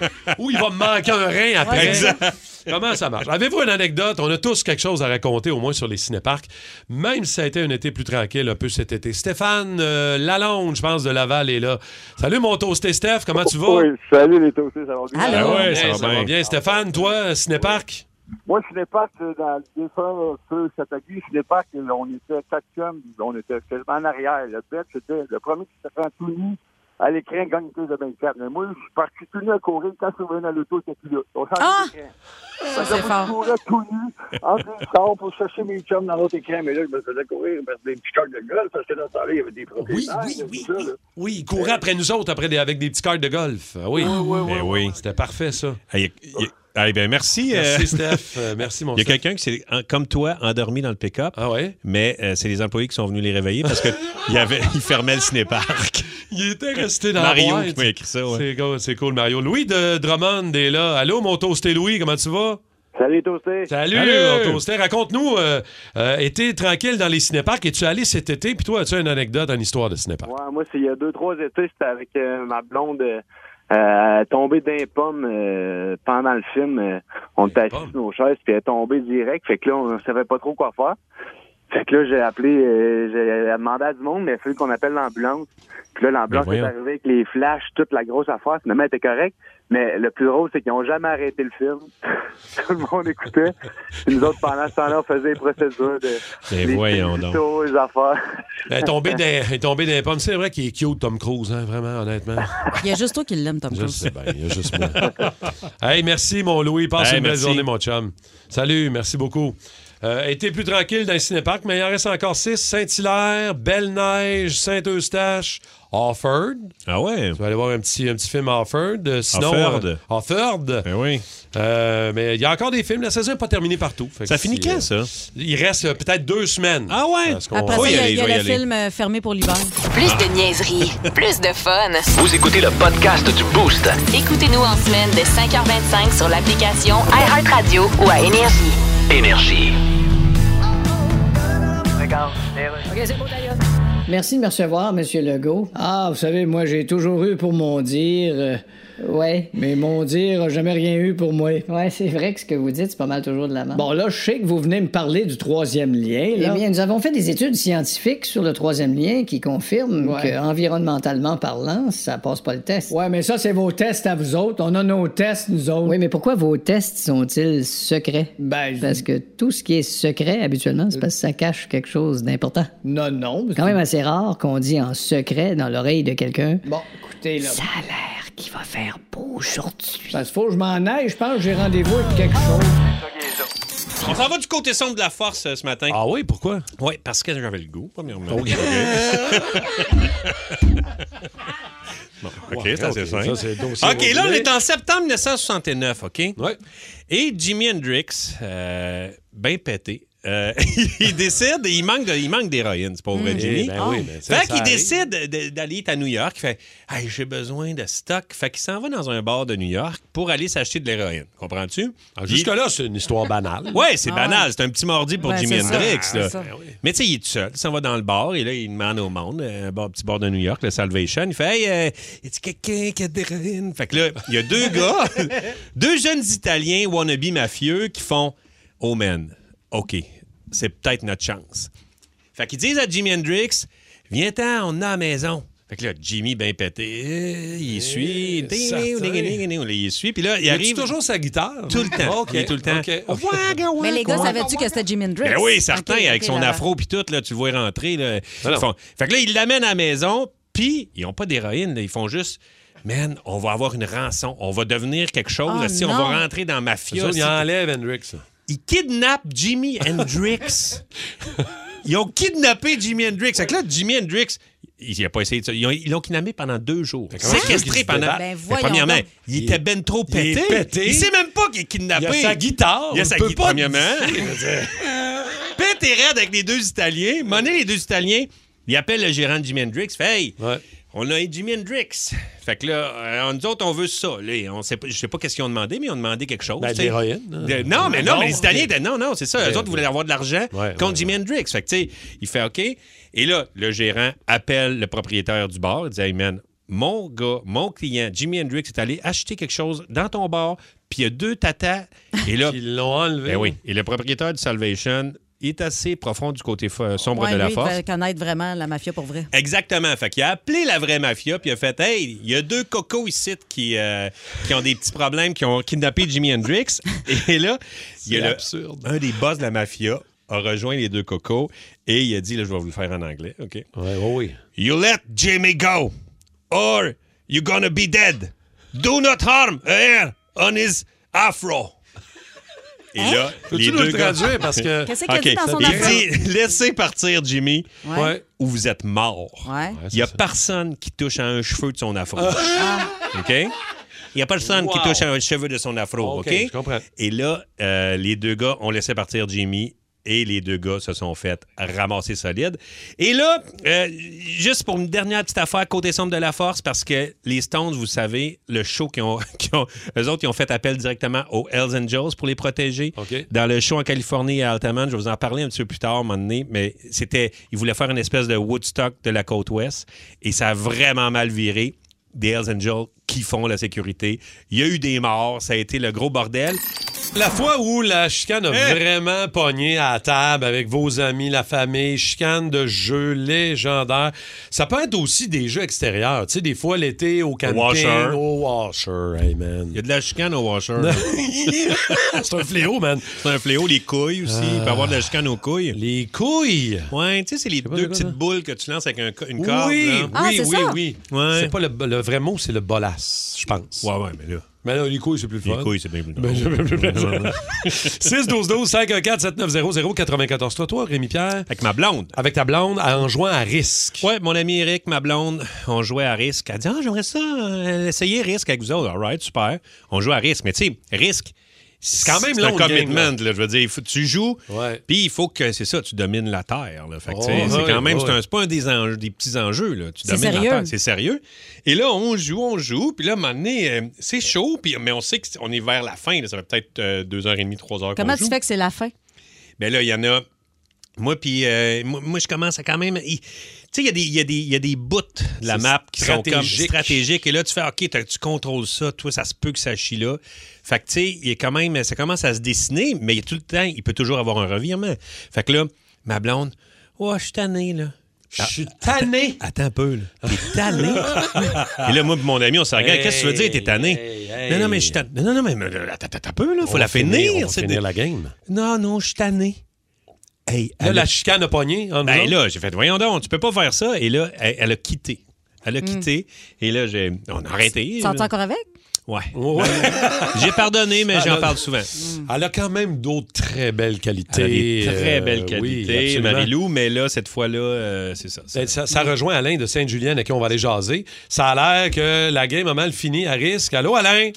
[SPEAKER 2] Ou il va me manquer un rein après.
[SPEAKER 4] Exact.
[SPEAKER 2] Comment ça marche? Avez-vous une anecdote? On a tous quelque chose à raconter, au moins sur les cinéparcs. Même si ça a été un été plus tranquille, un peu cet été. Stéphane euh, Lalonde, je pense, de Laval est là. Salut, mon toasté Steph, comment tu vas?
[SPEAKER 11] Oui, salut les toastés, ça va bien.
[SPEAKER 3] Allô?
[SPEAKER 4] Ah ouais,
[SPEAKER 2] Hey, ça va bien. Stéphane, toi, cinéparc?
[SPEAKER 11] Moi, je n'ai pas que dans le défunt feu Chatagu, je n'ai pas que on était quatre chums, on était quasiment en arrière. Le bête, c'était le premier qui se rend tout nu à l'écran gagne une de 24. Mais moi, je suis parti tout nu à courir quand je revenais à l'auto, c'était plus là. On s'en
[SPEAKER 3] Ah!
[SPEAKER 11] l'écran.
[SPEAKER 3] Ça, c'est
[SPEAKER 11] Je
[SPEAKER 3] fort.
[SPEAKER 11] courais tout nu, entre les sorts pour chercher mes chums dans l'autre écran. Mais là, je me faisais courir vers des petits coques de gueule parce que dans ce temps-là, il y avait des propriétaires. là, tout ça, là.
[SPEAKER 2] Oui, il courait
[SPEAKER 4] Euh.
[SPEAKER 2] après nous autres, après des- avec des petits cartes de golf. Ah Oui, Ben oui. C'était parfait, ça.
[SPEAKER 4] Hey, y- y- hey, ben, merci. euh,
[SPEAKER 2] Merci, Steph. Euh, merci, mon
[SPEAKER 4] Il y a
[SPEAKER 2] Steph.
[SPEAKER 4] quelqu'un qui s'est, en- comme toi, endormi dans le pick-up.
[SPEAKER 2] Ah ouais?
[SPEAKER 4] Mais euh, c'est les employés qui sont venus les réveiller parce que il avait, ils fermaient le cinéparc.
[SPEAKER 2] Il était resté dans
[SPEAKER 4] Mario
[SPEAKER 2] la boîte.
[SPEAKER 4] qui m'a écrit ça. ouais.
[SPEAKER 2] C'est cool, c'est cool, Mario. Louis de Drummond est là. Allô, mon toasté Louis, comment tu vas?
[SPEAKER 11] Salut, toastés.
[SPEAKER 2] Salut,
[SPEAKER 4] Salut!
[SPEAKER 2] mon toasté. Raconte-nous, euh, euh, été tranquille dans les cinéparcs et tu es allé cet été, puis toi, as-tu une anecdote en histoire de cinéparc?
[SPEAKER 11] Ouais, moi, c'est il y a deux, trois étés, c'était avec euh, ma blonde euh, euh, tombée d'un pomme euh, pendant le film. euh, on était
[SPEAKER 2] D'un
[SPEAKER 11] assis
[SPEAKER 2] pomme?
[SPEAKER 11] sur nos chaises, puis elle est tombée direct. Fait que là, on savait pas trop quoi faire. Fait que là, j'ai appelé, euh, j'ai demandé à du monde, mais il a fallu qu'on appelle l'ambulance. Puis là, l'ambulance
[SPEAKER 4] Ben
[SPEAKER 11] est
[SPEAKER 4] voyons.
[SPEAKER 11] arrivée avec les flashs, toute la grosse affaire. Finalement, elle était correcte. Mais le plus drôle, c'est qu'ils ont jamais arrêté le film. Tout le monde écoutait. Puis nous autres, pendant ce temps-là, on faisait les procédures de
[SPEAKER 4] Mais
[SPEAKER 11] les
[SPEAKER 4] voyons donc.
[SPEAKER 11] photos, les affaires.
[SPEAKER 2] Elle est tombée d'un- elle est tombée d'un pomme. C'est vrai qu'il est cute, Tom Cruise, hein, vraiment, honnêtement.
[SPEAKER 3] Il y a juste toi qui l'aime, Tom
[SPEAKER 2] Je
[SPEAKER 3] Cruise.
[SPEAKER 2] sais bien, il y a juste moi. hey, merci, mon Louis. Passe
[SPEAKER 4] Hey,
[SPEAKER 2] une belle
[SPEAKER 4] merci.
[SPEAKER 2] journée, mon chum. Salut, merci beaucoup. Euh, été plus tranquille dans le cinéparc, mais il en reste encore six. Saint-Hilaire, Belle-Neige, Saint-Eustache, Offord.
[SPEAKER 4] Ah ouais?
[SPEAKER 2] Tu vas aller voir un petit, un petit film Offord. Euh, Sinon,
[SPEAKER 4] Offord.
[SPEAKER 2] euh, Offord.
[SPEAKER 4] Ben oui.
[SPEAKER 2] Euh, mais il y a encore des films. La saison n'est pas terminée partout. Fait que
[SPEAKER 4] Ça finit
[SPEAKER 2] si,
[SPEAKER 4] quand,
[SPEAKER 2] euh,
[SPEAKER 4] ça?
[SPEAKER 2] Il reste euh, peut-être deux semaines.
[SPEAKER 4] Ah ouais?
[SPEAKER 2] Parce qu'on-
[SPEAKER 3] Après ça, il
[SPEAKER 4] Oui,
[SPEAKER 3] y a,
[SPEAKER 4] allez,
[SPEAKER 3] il y a
[SPEAKER 4] je vais
[SPEAKER 3] le
[SPEAKER 4] y aller.
[SPEAKER 3] film euh, fermé pour l'hiver.
[SPEAKER 6] Plus de niaiserie, plus de fun.
[SPEAKER 12] Vous écoutez le podcast du Boost.
[SPEAKER 6] Écoutez-nous en semaine de 5h25 sur l'application iHeartRadio ou à Énergie.
[SPEAKER 12] Énergie.
[SPEAKER 8] Merci de me recevoir, Monsieur Legault.
[SPEAKER 7] Ah, vous savez, moi, j'ai toujours eu pour mon dire, euh,
[SPEAKER 8] Ouais.
[SPEAKER 7] mais mon dire a jamais rien eu pour moi.
[SPEAKER 8] Ouais, c'est vrai que ce que vous dites, c'est pas mal toujours de la merde.
[SPEAKER 7] Bon, là, je sais que vous venez me parler du troisième lien,
[SPEAKER 8] Eh
[SPEAKER 7] là.
[SPEAKER 8] bien, nous avons fait des études scientifiques sur le troisième lien qui confirment
[SPEAKER 7] Ouais.
[SPEAKER 8] que, environnementalement parlant, ça passe pas le test.
[SPEAKER 7] Ouais, mais ça, c'est vos tests à vous autres. On a nos tests, nous autres.
[SPEAKER 8] Oui, mais pourquoi vos tests sont-ils secrets?
[SPEAKER 7] Ben, je-
[SPEAKER 8] Parce que tout ce qui est secret, habituellement, c'est parce que ça cache quelque chose d'important.
[SPEAKER 7] non, non.
[SPEAKER 8] Quand même assez rare qu'on dit en secret dans l'oreille de quelqu'un
[SPEAKER 7] Bon, écoutez, là.
[SPEAKER 8] Ça a l'air qu'il va faire beau aujourd'hui.
[SPEAKER 7] Parce qu'il faut que je m'en aille. Je pense que j'ai rendez-vous avec quelque chose.
[SPEAKER 4] On s'en va du côté sombre de la force euh, ce matin.
[SPEAKER 2] Ah oui, pourquoi?
[SPEAKER 4] Oui, parce que j'avais le goût, premièrement. OK. Bon, OK, c'est assez
[SPEAKER 2] ok,
[SPEAKER 4] simple.
[SPEAKER 2] ça, c'est le dossier
[SPEAKER 4] OK, là, on
[SPEAKER 2] roulé.
[SPEAKER 4] est en septembre 1969, OK?
[SPEAKER 2] Ouais.
[SPEAKER 4] Et Jimi Hendrix, euh, bien pété, Euh, il décide, il manque, de- il manque d'héroïne, c'est pauvre
[SPEAKER 2] Mm.
[SPEAKER 4] Jimmy.
[SPEAKER 2] Eh ben oui, ben ça,
[SPEAKER 4] fait
[SPEAKER 2] ça
[SPEAKER 4] qu'il
[SPEAKER 2] arrive.
[SPEAKER 4] décide de- d'aller à New York. Il fait Hey, j'ai besoin de stock. Fait qu'il s'en va dans un bar de New York pour aller s'acheter de l'héroïne. Comprends-tu?
[SPEAKER 2] Ah, Jusque-là, c'est une histoire banale.
[SPEAKER 4] Oui, c'est
[SPEAKER 2] Ah
[SPEAKER 4] banal.
[SPEAKER 2] ouais.
[SPEAKER 4] C'est un petit mordi pour
[SPEAKER 2] Ben,
[SPEAKER 4] Jimi
[SPEAKER 2] c'est ça.
[SPEAKER 4] Hendrix.
[SPEAKER 2] Ah,
[SPEAKER 4] là.
[SPEAKER 2] c'est ça. Ben
[SPEAKER 4] Mais tu sais, il est tout seul. Il s'en va dans le bar et là, il demande au monde, euh, un bar- petit bar de New York, le Salvation. Il fait Hey, euh, y a-t-il quelqu'un qui a des rênes? Fait que là, il y a deux gars, deux jeunes Italiens wannabe mafieux qui font Oh man, OK, c'est peut-être notre chance. Fait qu'ils disent à Jimi Hendrix Viens-t'en, on est à la maison. Fait que là, Jimmy, ben pété, euh, il suit.
[SPEAKER 2] certain.
[SPEAKER 4] Il suit. Puis là, il
[SPEAKER 2] Y a-tu
[SPEAKER 4] arrive.
[SPEAKER 2] toujours sa guitare.
[SPEAKER 4] Tout le temps.
[SPEAKER 2] OK,
[SPEAKER 4] Il est tout le temps.
[SPEAKER 2] OK.
[SPEAKER 3] Mais les gars, savais-tu que c'était Jimi Hendrix?
[SPEAKER 4] Ben oui, certain,
[SPEAKER 3] Ok,
[SPEAKER 4] avec
[SPEAKER 3] ok,
[SPEAKER 4] son
[SPEAKER 3] là-bas.
[SPEAKER 4] afro puis tout, là, tu le vois rentrer. Là.
[SPEAKER 2] Non,
[SPEAKER 4] Ils font- Fait que là, ils l'amènent à la maison, puis ils n'ont pas d'héroïne, là, ils font juste. Man, on va avoir une rançon, on va devenir quelque chose,
[SPEAKER 2] Oh,
[SPEAKER 3] Ah,
[SPEAKER 4] là, si on
[SPEAKER 2] non.
[SPEAKER 4] va rentrer dans la mafia.
[SPEAKER 2] Eux autres, ils enlèvent
[SPEAKER 4] Hendrix. Ils kidnappent Jimi Hendrix. ils ont kidnappé Jimi Hendrix. Fait que là, Jimi Hendrix, il n'a pas essayé de ça. Ils ont- ils l'ont kidnappé pendant deux jours.
[SPEAKER 2] comment ça
[SPEAKER 4] Séquestré
[SPEAKER 2] qu'ils se
[SPEAKER 4] pendant.
[SPEAKER 2] débattent? Ben,
[SPEAKER 4] Mais
[SPEAKER 2] voyons
[SPEAKER 4] premièrement,
[SPEAKER 2] donc.
[SPEAKER 4] il était ben trop
[SPEAKER 2] Il est
[SPEAKER 4] pété.
[SPEAKER 2] pété.
[SPEAKER 4] Il sait même pas qu'il est kidnappé.
[SPEAKER 2] Il a sa guitare,
[SPEAKER 4] Il a
[SPEAKER 2] on
[SPEAKER 4] sa
[SPEAKER 2] peut
[SPEAKER 4] guitare,
[SPEAKER 2] pas
[SPEAKER 4] premièrement.
[SPEAKER 2] dire, je veux dire.
[SPEAKER 4] Pète et raide avec les deux Italiens. Monnaie les deux Italiens. Il appelle le gérant de Jimi Hendrix. Fait, hey, on a un Jimi Hendrix. Fait que là, euh, nous autres, on veut ça. Là, on sait pas, je sais pas qu'est-ce qu'ils ont demandé, mais ils ont demandé quelque chose.
[SPEAKER 2] Ben, de
[SPEAKER 4] tu sais.
[SPEAKER 2] l'héroïne, hein.
[SPEAKER 4] De- Non, mais non,
[SPEAKER 2] Non, Ben,
[SPEAKER 4] mais les
[SPEAKER 2] ok.
[SPEAKER 4] Italiens étaient- non, non, c'est ça.
[SPEAKER 2] Ouais,
[SPEAKER 4] Eux autres
[SPEAKER 2] ouais.
[SPEAKER 4] voulaient avoir de l'argent
[SPEAKER 2] Ouais,
[SPEAKER 4] contre Jimi Hendrix. Fait que, tu sais, il fait OK. Et là, le gérant appelle le propriétaire du bar. Il dit, hey, man, mon gars, mon client, Jimi Hendrix, est allé acheter quelque chose dans ton bar, puis il y a deux tatas. Et là, ils l'ont enlevé. oui. Et le propriétaire du Salvation est assez profond du côté fo- sombre
[SPEAKER 3] Ouais,
[SPEAKER 4] de la
[SPEAKER 3] lui, il
[SPEAKER 4] force.
[SPEAKER 3] devait connaître vraiment la mafia pour vrai.
[SPEAKER 4] Exactement. Fait qu'il a appelé la vraie mafia, puis il a fait Hey, il y a deux cocos ici qui, euh, qui ont des petits problèmes, qui ont kidnappé Jimi Hendrix. Et là, il y a
[SPEAKER 2] C'est
[SPEAKER 4] le-
[SPEAKER 2] absurde.
[SPEAKER 4] un des boss de la mafia a rejoint les deux cocos et il a dit là, Je vais vous le faire en anglais. OK. You let Jimmy go, or you're gonna be dead. Do not harm a hair on his afro. Et là,
[SPEAKER 2] Hein? Peux-tu
[SPEAKER 4] les
[SPEAKER 2] nous
[SPEAKER 4] deux
[SPEAKER 2] le
[SPEAKER 4] gars-
[SPEAKER 2] traduire? Parce que- Qu'est-ce qu'il a dit
[SPEAKER 4] OK.
[SPEAKER 2] dans son
[SPEAKER 4] Il
[SPEAKER 2] affaire?
[SPEAKER 4] dit, laissez partir Jimmy
[SPEAKER 2] Ouais. Ouais.
[SPEAKER 4] ou vous êtes mort.
[SPEAKER 3] Ouais.
[SPEAKER 4] Il n'y a personne qui touche à un cheveu de son afro.
[SPEAKER 3] Ah.
[SPEAKER 4] OK? Il n'y a personne qui
[SPEAKER 2] Wow.
[SPEAKER 4] touche à un cheveu de son afro. OK?
[SPEAKER 2] OK, je comprends.
[SPEAKER 4] Et là, euh, les deux gars ont laissé partir Jimmy et les deux gars se sont fait ramasser solide. Et là, euh, juste pour une dernière petite affaire, côté sombre de la force, parce que les Stones, vous savez, le show qu'ils ont, qu'ils ont- Eux autres, ils ont fait appel directement aux Hells Angels pour les protéger. Dans le show en Californie à Altamont, je vais vous en parler un petit peu plus tard, à un moment donné, mais c'était... Ils voulaient faire une espèce de Woodstock de la côte ouest et ça a vraiment mal viré des Hells Angels qui font la sécurité. Il y a eu des morts, ça a été le gros bordel.
[SPEAKER 2] La fois où la chicane a
[SPEAKER 4] Hey!
[SPEAKER 2] vraiment pogné à la table avec vos amis, la famille, chicane de jeux légendaires, ça peut être aussi des jeux extérieurs. Tu sais, des fois l'été au camping,
[SPEAKER 4] washer.
[SPEAKER 2] au washer, hey man. Il
[SPEAKER 4] y a de la chicane au washer.
[SPEAKER 2] C'est un fléau, man.
[SPEAKER 4] C'est un fléau, les couilles aussi. Il peut y avoir de la chicane aux couilles.
[SPEAKER 2] Les couilles?
[SPEAKER 4] Ouais, tu sais, c'est les deux petites boules que tu lances avec un co- une corde. Ah,
[SPEAKER 2] oui,
[SPEAKER 4] là.
[SPEAKER 2] oui, oui, oui. C'est pas le, le vrai mot, c'est le bolas, je pense.
[SPEAKER 4] Ouais, ouais, mais là.
[SPEAKER 2] Mais là, les couilles, c'est plus le fun.
[SPEAKER 4] Les couilles, c'est bien plus le
[SPEAKER 2] Ben,
[SPEAKER 4] fun.
[SPEAKER 2] c'est bien plus le fun. 6 12 12 514 7900 94 Toi, toi, Rémi Pierre.
[SPEAKER 4] Avec ma blonde.
[SPEAKER 2] Avec ta blonde, en jouant à risque.
[SPEAKER 4] Ouais, mon ami Eric, ma blonde, on jouait à risque. Elle dit Ah, j'aimerais ça, euh, essayer risque avec vous autres. All right, super. On joue à risque. Mais tu sais, risque. C'est
[SPEAKER 2] quand même
[SPEAKER 4] un
[SPEAKER 2] long, le game,
[SPEAKER 4] commitment,
[SPEAKER 2] là.
[SPEAKER 4] là. je veux dire. il faut- tu joues, puis il faut que, c'est ça, tu domines la terre. là. Fait que, tu sais,
[SPEAKER 2] Ouais,
[SPEAKER 4] c'est quand
[SPEAKER 2] Oh, ouais,
[SPEAKER 4] même, c'est un-
[SPEAKER 2] ouais.
[SPEAKER 4] c'est pas un des, enjeux- des petits enjeux. Là. Tu
[SPEAKER 2] C'est
[SPEAKER 4] domines la
[SPEAKER 2] sérieux.
[SPEAKER 4] terre, c'est sérieux. Et là, on joue, on joue, puis là, à un moment donné, euh, c'est chaud, puis, mais on sait qu'on est vers la fin. là. Ça fait peut-être euh, deux heures et demie, trois heures qu'on
[SPEAKER 3] Comment
[SPEAKER 4] joue.
[SPEAKER 3] tu fais que c'est la fin?
[SPEAKER 4] Ben là, il y en a. Moi, puis euh, moi, moi, je commence à quand même. il- Tu sais, il y a des- il y, a des- il y a des bouts de la
[SPEAKER 2] C'est
[SPEAKER 4] map qui sont comme
[SPEAKER 2] stratégique.
[SPEAKER 4] stratégiques. Et là, tu fais OK, t'as- tu contrôles ça. Toi, ça se peut que ça chie là. Fait que, tu sais, il est quand même. Ça commence à se dessiner, mais il y a tout le temps, il peut toujours avoir un revirement. Fait que là, ma blonde, oh, je suis tanné, là. Ah. Je suis tanné. Attends un peu, là. T'es tanné. Et là, moi, pis mon ami, on s'en regarde. Qu'est-ce que tu veux dire? T'es tanné. Non, non, mais je suis tanné. Non, non, mais euh, attends, attends un peu, là. Faut
[SPEAKER 2] On
[SPEAKER 4] la
[SPEAKER 2] va finir,
[SPEAKER 4] finir.
[SPEAKER 2] on va
[SPEAKER 4] c'est
[SPEAKER 2] finir
[SPEAKER 4] des-
[SPEAKER 2] la game.
[SPEAKER 4] Non, non, je suis tanné. Hey,
[SPEAKER 2] Là,
[SPEAKER 4] elle
[SPEAKER 2] la
[SPEAKER 4] a-
[SPEAKER 2] chicane a pogné. entre vous
[SPEAKER 4] ben
[SPEAKER 2] autres?
[SPEAKER 4] là, j'ai fait, voyons donc, tu peux pas faire ça. Et là, elle, elle a quitté. Elle a quitté. Et là, j'ai, on a arrêté.
[SPEAKER 3] Hmm. Tu t'entends encore avec?
[SPEAKER 4] Ouais. j'ai pardonné, mais
[SPEAKER 2] Ah,
[SPEAKER 4] j'en
[SPEAKER 2] là-
[SPEAKER 4] parle souvent.
[SPEAKER 2] Mm. Elle a quand même d'autres très belles qualités.
[SPEAKER 4] Elle a des très
[SPEAKER 2] euh,
[SPEAKER 4] belles
[SPEAKER 2] oui,
[SPEAKER 4] qualités,
[SPEAKER 2] absolument.
[SPEAKER 4] Marie-Lou, mais là, cette fois-là, euh, c'est ça.
[SPEAKER 2] Ben, Ça, ça rejoint Alain de Sainte-Julienne à qui on va aller jaser. Ça a l'air que la game a mal fini à risque. Allô, Alain?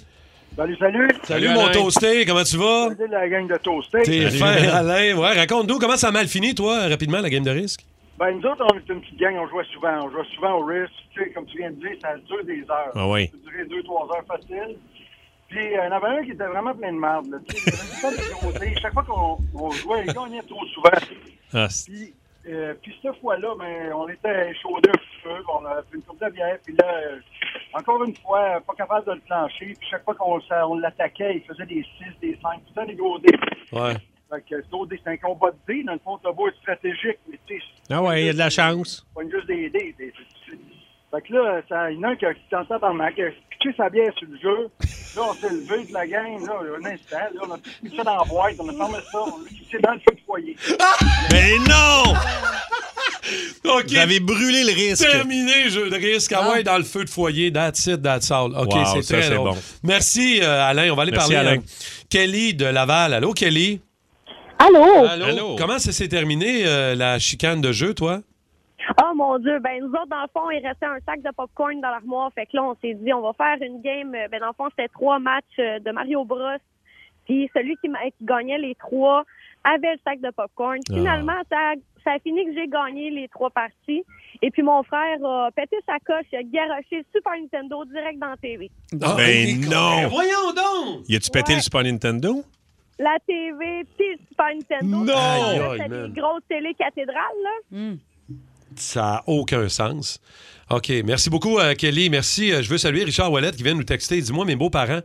[SPEAKER 11] Salut, salut.
[SPEAKER 2] Salut, mon toasté, comment tu vas?
[SPEAKER 11] Salut la gang de Toasté.
[SPEAKER 2] T'es fin, Alain. Ouais, raconte-nous comment ça a mal fini, toi, rapidement, la game de risque.
[SPEAKER 11] Ben, nous autres, on est une petite gang, on jouait souvent. On jouait souvent au risque. Tu sais, comme tu viens de dire, ça dure des heures.
[SPEAKER 2] Ah oui.
[SPEAKER 11] Ça durait deux, trois heures facile. Puis, euh, il y en avait un qui était vraiment plein de merde. là. Tu sais, il y avait tout le temps des côtés. Chaque fois qu'on on jouait, les gars, on y est trop souvent.
[SPEAKER 2] Ah, c'est-
[SPEAKER 11] Euh, puis cette fois-là, ben, on était chaudé au feu, on a pris une coupe de bière, puis là, euh, encore une fois, pas capable de le plancher, puis chaque fois qu'on s'a- on l'attaquait, il faisait des 6, des 5, tout ça, des gros dés.
[SPEAKER 2] Ouais.
[SPEAKER 11] Fait que c'est, autre- c'est un combat de dés, dans le fond, t'as beau être stratégique, mais tu sais,
[SPEAKER 2] Ah ouais, il y a de la chance.
[SPEAKER 11] c'est pas juste des dés. des- Fait que là, ça, il y en a un qui a tenté par ma qui a pitché sa bière sur le jeu. Là, on s'est levé de la gang, là, un instant, là, on a tout mis ça dans la boîte, on a fermé ça, on l'a pitché dans le feu de foyer.
[SPEAKER 2] Mais non! OK. Vous
[SPEAKER 11] avez
[SPEAKER 2] brûlé le risque. Terminé, jeu de risque. Ah ouais, dans le feu de foyer, that's it, that's all. OK,
[SPEAKER 4] Wow,
[SPEAKER 2] c'est
[SPEAKER 4] ça,
[SPEAKER 2] très
[SPEAKER 4] c'est
[SPEAKER 2] drôle.
[SPEAKER 4] bon.
[SPEAKER 2] Merci, euh, Alain. On va aller
[SPEAKER 4] Merci,
[SPEAKER 2] parler à
[SPEAKER 4] Alain.
[SPEAKER 2] Kelly de Laval. Allô, Kelly?
[SPEAKER 13] Allô?
[SPEAKER 2] Allô? Comment ça s'est terminé, euh, la chicane de jeu, toi?
[SPEAKER 13] Oh mon Dieu, ben nous autres, dans le fond, il restait un sac de popcorn dans l'armoire. Fait que là, on s'est dit, on va faire une game. Ben dans le fond, c'était trois matchs euh, de Mario Bros. Puis celui qui, m'a- qui gagnait les trois avait le sac de popcorn.
[SPEAKER 6] Ah.
[SPEAKER 13] Finalement, ça, ça a fini que j'ai gagné les trois parties. Et puis mon frère a pété sa coche, il a garoché le Super Nintendo direct dans la TV.
[SPEAKER 2] ben non!
[SPEAKER 13] Voyons donc!
[SPEAKER 2] Y a-tu pété le Super Nintendo?
[SPEAKER 13] La TV, puis le Super Nintendo.
[SPEAKER 2] Non!
[SPEAKER 13] Là,
[SPEAKER 2] Aïe, aïe,
[SPEAKER 13] C'était
[SPEAKER 2] man.
[SPEAKER 13] des grosses télé cathédrales, là.
[SPEAKER 3] Hmm.
[SPEAKER 2] Ça n'a aucun sens. OK. Merci beaucoup, euh, Kelly. Merci. Euh, je veux saluer Richard Ouellette qui vient de nous texter. Il dit Moi, mes beaux-parents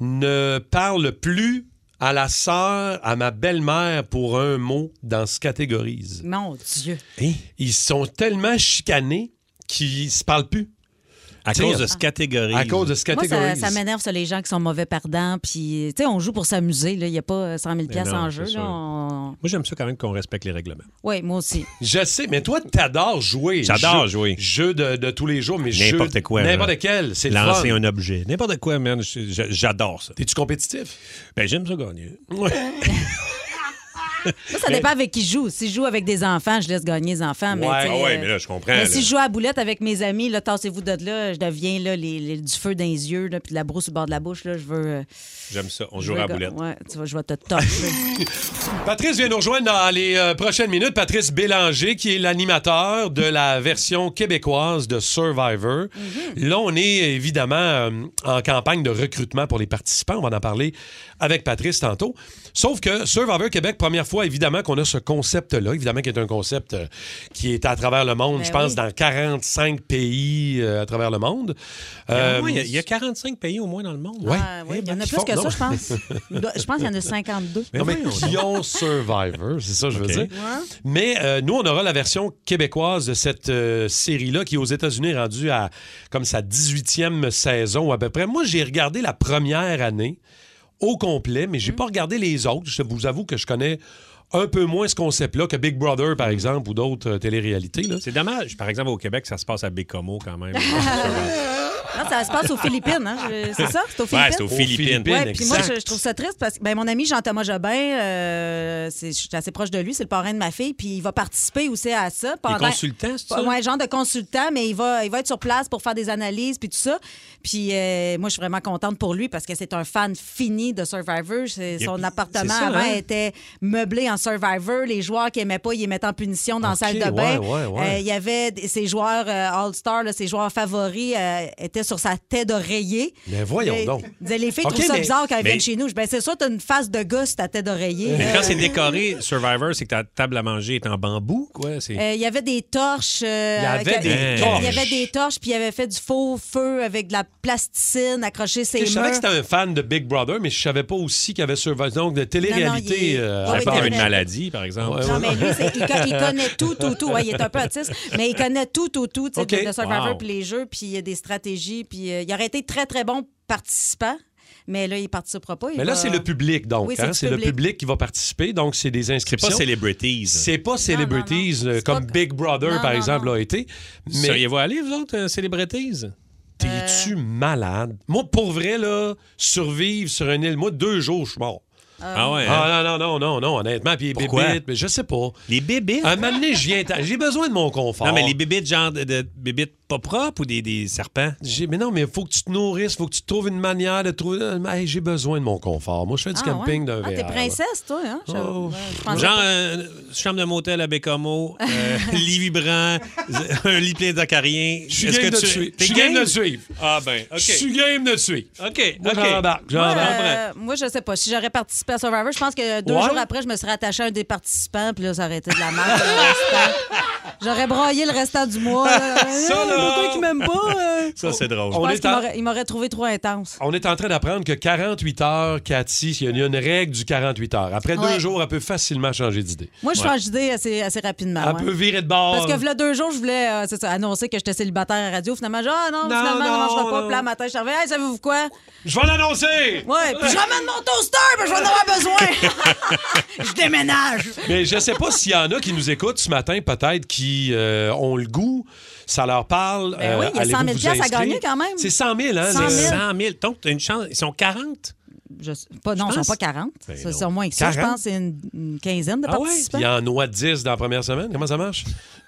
[SPEAKER 2] ne parlent plus à la sœur, à ma belle-mère pour un mot dans ce catégorise.
[SPEAKER 3] Mon Dieu.
[SPEAKER 2] Ils sont tellement chicanés qu'ils se parlent plus.
[SPEAKER 3] À
[SPEAKER 2] Tu sais,
[SPEAKER 3] cause de ce
[SPEAKER 2] catégorie. À cause de ce
[SPEAKER 3] Moi,
[SPEAKER 2] catégorie.
[SPEAKER 3] ça, ça m'énerve, ça, les gens qui sont mauvais perdants. Puis, tu sais, on joue pour s'amuser. là. Il n'y a pas 100 000 piastres
[SPEAKER 2] non,
[SPEAKER 3] en
[SPEAKER 2] c'est
[SPEAKER 3] jeu.
[SPEAKER 2] sûr.
[SPEAKER 3] là. On-
[SPEAKER 2] Moi, j'aime ça quand même qu'on respecte les règlements.
[SPEAKER 3] Oui, moi aussi.
[SPEAKER 2] Je sais, mais toi, t'adores jouer.
[SPEAKER 3] J'adore
[SPEAKER 2] Jeu- Jeu de, de tous les jours, mais jeu- N'importe quoi. là.
[SPEAKER 4] n'importe quel, c'est le
[SPEAKER 2] Lancer
[SPEAKER 4] fun.
[SPEAKER 2] un objet. N'importe quoi, man. je- je- J'adore ça. T'es-tu compétitif? Ben, j'aime ça gagner.
[SPEAKER 3] Moi, ça dépend avec qui je joue. Si je joue avec des enfants, je laisse gagner les enfants. mais,
[SPEAKER 2] Ouais,
[SPEAKER 3] tu sais,
[SPEAKER 2] ah ouais,
[SPEAKER 3] euh,
[SPEAKER 2] mais là, je comprends,
[SPEAKER 3] Mais
[SPEAKER 2] là.
[SPEAKER 3] si je joue à la boulette avec mes amis, là, tassez-vous de là, je deviens là, les, les- du feu dans les yeux, là, puis de la brousse au bord de la bouche. Là, je veux. euh,
[SPEAKER 2] J'aime ça. On
[SPEAKER 3] je
[SPEAKER 2] joue
[SPEAKER 3] veux
[SPEAKER 2] à la
[SPEAKER 3] ga-
[SPEAKER 2] boulette.
[SPEAKER 3] Ouais, tu vois, je vais te torcher.
[SPEAKER 2] Patrice vient nous rejoindre dans les euh, prochaines minutes. Patrice Bélanger, qui est l'animateur de la version québécoise de Survivor.
[SPEAKER 3] Mhm.
[SPEAKER 2] Là, on est évidemment euh, en campagne de recrutement pour les participants. On va en parler avec Patrice tantôt. Sauf que Survivor Québec, première fois, évidemment, qu'on a ce concept-là. Évidemment, qui est un concept euh, qui est à travers le monde,
[SPEAKER 4] Ben
[SPEAKER 2] je pense,
[SPEAKER 4] oui.
[SPEAKER 2] dans 45 pays euh, à travers le monde. Euh,
[SPEAKER 3] moins, il y a- il y a
[SPEAKER 2] 45 pays au moins dans le monde.
[SPEAKER 3] Ah,
[SPEAKER 2] Eh,
[SPEAKER 3] ouais, il y
[SPEAKER 2] ben,
[SPEAKER 3] en a plus que ça, je pense. Je pense qu'il y en a 52.
[SPEAKER 2] Non, mais qui ont Survivor, c'est ça que je veux
[SPEAKER 3] Ouais.
[SPEAKER 2] dire. Mais euh, nous, on aura la version québécoise de cette euh, série-là qui, aux États-Unis, est rendue à comme sa 18e saison à peu près. Moi, j'ai regardé la première année au complet, mais j'ai pas regardé les autres. Je vous avoue que je connais un peu moins ce concept-là que Big Brother, par exemple, ou d'autres euh, téléréalités. C'est dommage. Par exemple, au Québec, ça se passe à Bécomo quand même.
[SPEAKER 3] Non, ça se passe aux Philippines, hein. Je- c'est ça? C'est aux
[SPEAKER 2] Ouais,
[SPEAKER 3] Philippines?
[SPEAKER 2] c'est aux Philippines,
[SPEAKER 3] Ouais, puis moi,
[SPEAKER 2] exact.
[SPEAKER 3] je, je trouve ça triste parce que ben, mon ami Jean-Thomas Jobin, euh, c'est- je suis assez proche de lui, c'est le parrain de ma fille, puis il va participer aussi à ça. Pendant...
[SPEAKER 2] consultant, c'est ça?
[SPEAKER 3] Ouais, genre de consultant, mais il va, il va être sur place pour faire des analyses, puis tout ça. Puis euh, moi, je suis vraiment contente pour lui parce que c'est un fan fini de Survivor. C'est-
[SPEAKER 6] Il y a-
[SPEAKER 3] Son
[SPEAKER 6] c'est
[SPEAKER 3] appartement
[SPEAKER 6] ça,
[SPEAKER 3] avant
[SPEAKER 6] hein?
[SPEAKER 3] était meublé en Survivor. Les joueurs qui n'aimaient pas, ils les mettaient en punition dans la
[SPEAKER 6] Ok,
[SPEAKER 3] salle de bain.
[SPEAKER 6] ouais, ouais, ouais.
[SPEAKER 3] Euh, il y avait des- ses joueurs euh, All-Star, là, ses joueurs favoris euh, étaient sur sa tête d'oreiller.
[SPEAKER 2] Mais Ben, voyons
[SPEAKER 3] Mais-
[SPEAKER 2] donc.
[SPEAKER 3] Il disait, les filles
[SPEAKER 2] Ok,
[SPEAKER 3] trouvent ça
[SPEAKER 2] mais-
[SPEAKER 3] bizarre quand elles
[SPEAKER 2] mais-
[SPEAKER 3] viennent chez nous. Je dis, Ben, c'est sûr, t'as une face de gars sur ta tête d'oreiller.
[SPEAKER 2] Mais
[SPEAKER 3] là.
[SPEAKER 2] quand c'est décoré, Survivor, c'est que ta table à manger est en bambou, quoi. C'est...
[SPEAKER 3] Euh, il y avait des torches. euh,
[SPEAKER 2] Il y avait
[SPEAKER 3] avec-
[SPEAKER 2] des
[SPEAKER 3] il y-
[SPEAKER 2] torches.
[SPEAKER 3] Il y avait des torches, puis il avait fait du faux feu avec de la plasticine accrochée ses
[SPEAKER 2] Je savais que
[SPEAKER 3] murs.
[SPEAKER 2] c'était un fan de Big Brother, mais je savais pas aussi qu'il y avait Survivor. Donc,
[SPEAKER 3] Non,
[SPEAKER 2] de
[SPEAKER 3] non, il
[SPEAKER 2] télé-réalité.
[SPEAKER 3] est-
[SPEAKER 2] euh,
[SPEAKER 3] Ouais,
[SPEAKER 2] à
[SPEAKER 3] oui,
[SPEAKER 2] part
[SPEAKER 3] il est-
[SPEAKER 2] par exemple.
[SPEAKER 3] Non, mais lui, c'est- il, co- il connaît tout, tout, tout. Ouais, il est un peu autiste, mais il connaît tout, tout, tout tu sais,
[SPEAKER 2] OK.
[SPEAKER 3] de, de Survivor,
[SPEAKER 2] Wow.
[SPEAKER 3] puis les jeux, puis il y a des stratégies. Puis euh, il aurait été très, très bon participant, mais là, il ne participera pas. il
[SPEAKER 2] Mais là,
[SPEAKER 3] va-
[SPEAKER 2] c'est le public, donc.
[SPEAKER 3] Oui,
[SPEAKER 2] hein?
[SPEAKER 3] du
[SPEAKER 2] C'est le public qui va participer, donc c'est des inscriptions.
[SPEAKER 4] pas
[SPEAKER 2] celebrities. C'est pas celebrities euh, comme Big Brother,
[SPEAKER 4] Non,
[SPEAKER 2] par
[SPEAKER 4] non,
[SPEAKER 2] exemple, a été. Euh.
[SPEAKER 4] Seriez-vous
[SPEAKER 2] allé, vous autres, euh, celebrities? T'es-tu malade? Moi, pour vrai, là, survivre sur une île, moi, deux jours, je suis mort. Ah ouais? Ah non, non, non, non, non, honnêtement. Puis les
[SPEAKER 4] Pourquoi?
[SPEAKER 2] bébites, mais je sais pas. Les bébites? Un moment donné, je viens ta- j'ai besoin de mon confort.
[SPEAKER 4] Non, mais les bébites, genre, de, de bébites pas propres ou des, des serpents?
[SPEAKER 2] J'ai- mais non, mais faut que tu te nourrisses, faut que tu trouves une manière de trouver. Euh, hey, j'ai besoin de mon confort. Moi, je fais du
[SPEAKER 3] Ah,
[SPEAKER 2] camping
[SPEAKER 3] ouais?
[SPEAKER 2] d'un
[SPEAKER 3] Ah, t'es
[SPEAKER 2] verre, là. Oh.
[SPEAKER 3] princesse, toi, hein? J'avoue, ouais, je pensais
[SPEAKER 4] Genre,
[SPEAKER 3] pas.
[SPEAKER 4] euh, chambre de motel à Bécamo, euh, lit vibrant, un lit plein d'acariens.
[SPEAKER 2] Je suis
[SPEAKER 4] Est-ce
[SPEAKER 2] game
[SPEAKER 4] que
[SPEAKER 2] de
[SPEAKER 4] tu-
[SPEAKER 2] te suivre. Je
[SPEAKER 4] T'es
[SPEAKER 2] suis game de
[SPEAKER 4] game?
[SPEAKER 2] te suivre.
[SPEAKER 4] Ah ben, OK.
[SPEAKER 2] Je suis game de te suivre.
[SPEAKER 4] OK,
[SPEAKER 2] Moi,
[SPEAKER 4] OK.
[SPEAKER 2] j'embarque,
[SPEAKER 4] Moi,
[SPEAKER 2] j'embarque.
[SPEAKER 3] Euh, moi, je sais pas. Si j'aurais participé à Survivor, je pense que deux
[SPEAKER 2] Ouais.
[SPEAKER 3] jours après, je me serais attaché à un des participants, puis là, ça aurait été de la merde. pour le restant. j'aurais broyé le restant du mois. là.
[SPEAKER 2] Ça, là.
[SPEAKER 3] Pourquoi il m'aime pas? euh?
[SPEAKER 4] Ça, c'est drôle.
[SPEAKER 3] Je
[SPEAKER 2] On
[SPEAKER 3] pense
[SPEAKER 2] est
[SPEAKER 3] qu'il
[SPEAKER 2] en-
[SPEAKER 3] m'aurait- il m'aurait trouvé trop intense.
[SPEAKER 2] On est en train d'apprendre que 48 heures, Cathy, il y a une règle du 48 heures. Après
[SPEAKER 3] Ouais.
[SPEAKER 2] deux jours, elle peut facilement changer d'idée.
[SPEAKER 3] Moi, je
[SPEAKER 2] Ouais.
[SPEAKER 3] change d'idée assez, assez rapidement.
[SPEAKER 2] Elle
[SPEAKER 3] ouais.
[SPEAKER 2] peut virer de bord.
[SPEAKER 3] Parce que voilà deux jours, je voulais euh, c'est ça, annoncer que j'étais célibataire à la radio. Finalement, j'ai dit, ah non,
[SPEAKER 2] Non,
[SPEAKER 3] finalement, non,
[SPEAKER 2] non,
[SPEAKER 3] je ne pas.
[SPEAKER 2] non.
[SPEAKER 3] Puis là, le matin, je suis arrivée, hey, savez-vous quoi?
[SPEAKER 2] Je vais l'annoncer!
[SPEAKER 3] Ouais, puis je ramène mon toaster, puis je vais en avoir besoin. je déménage.
[SPEAKER 4] Euh,
[SPEAKER 2] Mais je sais pas s'il y en a qui nous écoutent ce matin, peut-être, qui euh, ont le goût, ça leur parle. euh,
[SPEAKER 3] Ben oui, il y a
[SPEAKER 2] allez-vous
[SPEAKER 3] 100 000
[SPEAKER 2] vous
[SPEAKER 3] piastres à
[SPEAKER 2] inscrire?
[SPEAKER 3] gagner quand même.
[SPEAKER 2] C'est 100 000, hein?
[SPEAKER 3] 100 000.
[SPEAKER 4] 100 000. Donc, t'as une chance. Ils sont 40.
[SPEAKER 3] Je sais pas, non,
[SPEAKER 4] Je
[SPEAKER 3] ils sont
[SPEAKER 4] pense-
[SPEAKER 3] pas 40.
[SPEAKER 4] Ben
[SPEAKER 3] Ça,
[SPEAKER 4] non.
[SPEAKER 3] c'est au moins que ça. Je
[SPEAKER 2] 40?
[SPEAKER 3] pense que c'est une, une quinzaine de
[SPEAKER 2] Ah ouais?
[SPEAKER 3] participants.
[SPEAKER 2] Il y en a 10 dans la première semaine. Comment ça marche?